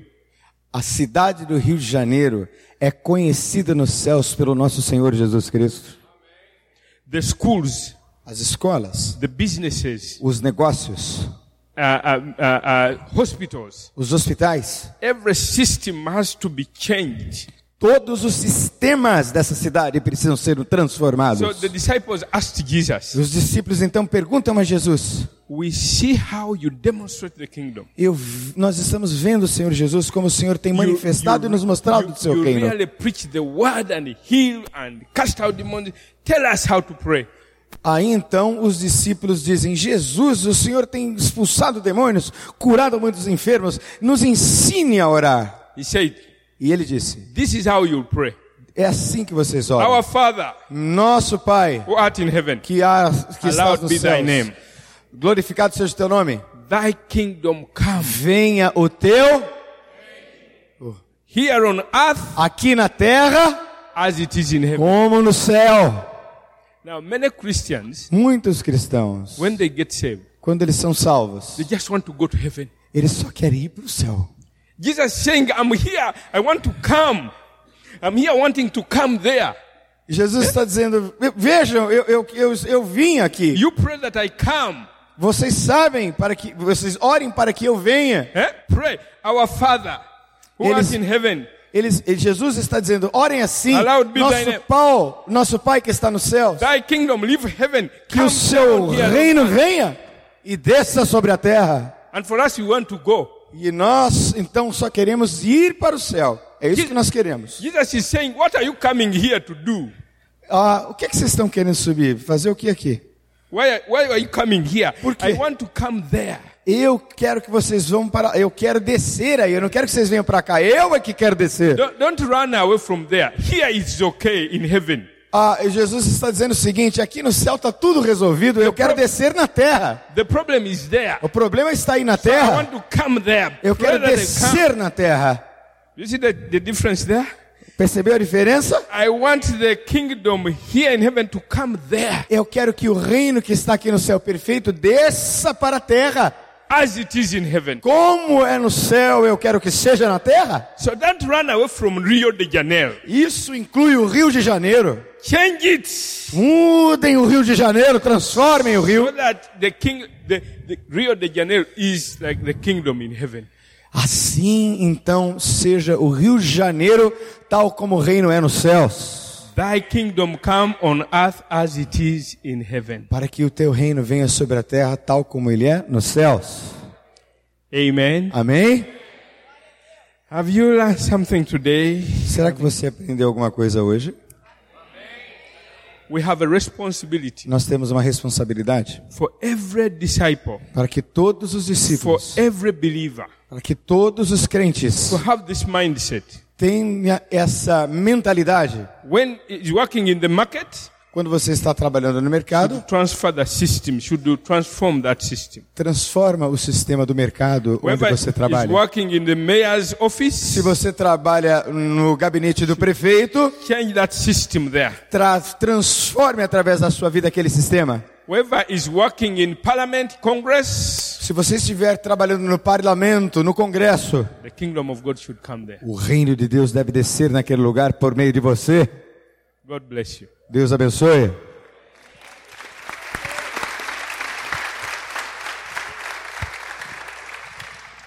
Speaker 2: A cidade do Rio de Janeiro é conhecida nos céus pelo nosso Senhor Jesus Cristo.
Speaker 1: The schools,
Speaker 2: As escolas,
Speaker 1: the businesses,
Speaker 2: os negócios,
Speaker 1: uh, uh, uh, uh, hospitals.
Speaker 2: os hospitais,
Speaker 1: Every system has to be changed.
Speaker 2: todos os sistemas dessa cidade precisam ser
Speaker 1: So
Speaker 2: transformados.
Speaker 1: the disciples asked Jesus,
Speaker 2: Os discípulos então perguntam a Jesus:
Speaker 1: We see how you demonstrate the kingdom.
Speaker 2: eu vi- Nós estamos vendo o Senhor Jesus como o Senhor tem manifestado e nos mostrado
Speaker 1: you,
Speaker 2: o seu
Speaker 1: you
Speaker 2: reino.
Speaker 1: really preach the word and heal and cast out demons. Tell us how to pray.
Speaker 2: Aí então os discípulos dizem: Jesus, o Senhor tem expulsado demônios, curado muitos enfermos, nos ensine a orar.
Speaker 1: He said,
Speaker 2: E ele disse:
Speaker 1: This is how you pray.
Speaker 2: É assim que vocês oram.
Speaker 1: Our Father
Speaker 2: Nosso Pai,
Speaker 1: who art in heaven,
Speaker 2: que, há, que estás
Speaker 1: hallowed
Speaker 2: nos
Speaker 1: be thy name.
Speaker 2: céus, glorificado seja o teu nome.
Speaker 1: Thy kingdom come
Speaker 2: Venha o teu
Speaker 1: here on earth
Speaker 2: aqui na terra
Speaker 1: as it is in heaven.
Speaker 2: como no céu.
Speaker 1: Now, many Christians,
Speaker 2: Muitos cristãos,
Speaker 1: when they get saved,
Speaker 2: quando eles são salvos,
Speaker 1: they just want to go to heaven.
Speaker 2: eles só querem ir para o céu.
Speaker 1: Jesus saying, I'm here. I want to come. I'm here wanting to come there.
Speaker 2: tá Jesus está dizendo: "Ve- Vejam, eu, eu, eu, eu vim aqui.
Speaker 1: You pray that I come.
Speaker 2: Vocês sabem para que vocês orem para que eu venha.
Speaker 1: Eh? Pray, Our Father who
Speaker 2: Eles-
Speaker 1: art in heaven.
Speaker 2: Eles, ele- Jesus está dizendo: orem assim,
Speaker 1: Aloud be thy
Speaker 2: nosso
Speaker 1: name.
Speaker 2: Pai, nosso Pai que está nos céus,
Speaker 1: Thy kingdom, live heaven.
Speaker 2: que o seu
Speaker 1: down here.
Speaker 2: reino venha e desça sobre a terra.
Speaker 1: And for us, you want to go.
Speaker 2: E nós então só queremos ir para o céu. É isso
Speaker 1: Que-
Speaker 2: que nós queremos.
Speaker 1: Jesus is saying, What are you coming here to do?
Speaker 2: Ah, o que é que vocês estão querendo subir? Fazer o que aqui?
Speaker 1: Why, why are you coming here?
Speaker 2: Por quê?
Speaker 1: I want to come there.
Speaker 2: Eu quero que vocês vão para, eu quero descer aí. Eu não quero que vocês venham para cá. Eu é que quero descer.
Speaker 1: Don't, don't run away from there. Here is okay in heaven.
Speaker 2: Ah, e Jesus está dizendo o seguinte: aqui no céu está tudo resolvido. Eu quero descer na terra.
Speaker 1: The problem is there.
Speaker 2: O problema está aí na
Speaker 1: I
Speaker 2: terra.
Speaker 1: want to come there.
Speaker 2: Eu quero
Speaker 1: Rather than come-
Speaker 2: descer na terra.
Speaker 1: You see the, the difference there?
Speaker 2: Percebeu a diferença?
Speaker 1: I want the kingdom here in heaven to come there
Speaker 2: Eu quero que o reino que está aqui no céu perfeito desça para a terra.
Speaker 1: as it is in heaven.
Speaker 2: Como é no céu, eu quero que seja na terra.
Speaker 1: So don't run away from Rio de Janeiro.
Speaker 2: Isso inclui o Rio de Janeiro.
Speaker 1: Change it
Speaker 2: Mudem o Rio de Janeiro, transformem o
Speaker 1: so
Speaker 2: Rio.
Speaker 1: that the king, the, the Rio de Janeiro is like the kingdom in heaven.
Speaker 2: Assim então seja o Rio de Janeiro, tal como o reino é nos céus.
Speaker 1: Thy kingdom come on earth as it is in heaven.
Speaker 2: Para que o teu reino venha sobre a terra, tal como ele é nos céus.
Speaker 1: Amen.
Speaker 2: Amém?
Speaker 1: Have you learned something today?
Speaker 2: Será que você aprendeu alguma coisa hoje?
Speaker 1: We have a responsibility
Speaker 2: Nós temos uma responsabilidade
Speaker 1: for every disciple,
Speaker 2: para que todos os
Speaker 1: for
Speaker 2: discípulos,
Speaker 1: every believer
Speaker 2: para que todos os crentes
Speaker 1: to have this mindset.
Speaker 2: tenha essa mentalidade
Speaker 1: When it's working in the market,
Speaker 2: quando você está trabalhando no
Speaker 1: to
Speaker 2: mercado,
Speaker 1: transfer the system, should you transform that system?
Speaker 2: transforma o sistema do mercado onde
Speaker 1: Whoever
Speaker 2: você
Speaker 1: is
Speaker 2: trabalha.
Speaker 1: working in the mayor's office,
Speaker 2: Se você trabalha no gabinete do prefeito,
Speaker 1: change that system there.
Speaker 2: tra transforme através da sua vida aquele sistema.
Speaker 1: Whoever is working in parliament, congress,
Speaker 2: Se você estiver trabalhando no parlamento, no congresso,
Speaker 1: the kingdom of God should come there.
Speaker 2: o reino de Deus deve descer naquele lugar por meio de você.
Speaker 1: God bless you.
Speaker 2: Deus abençoe.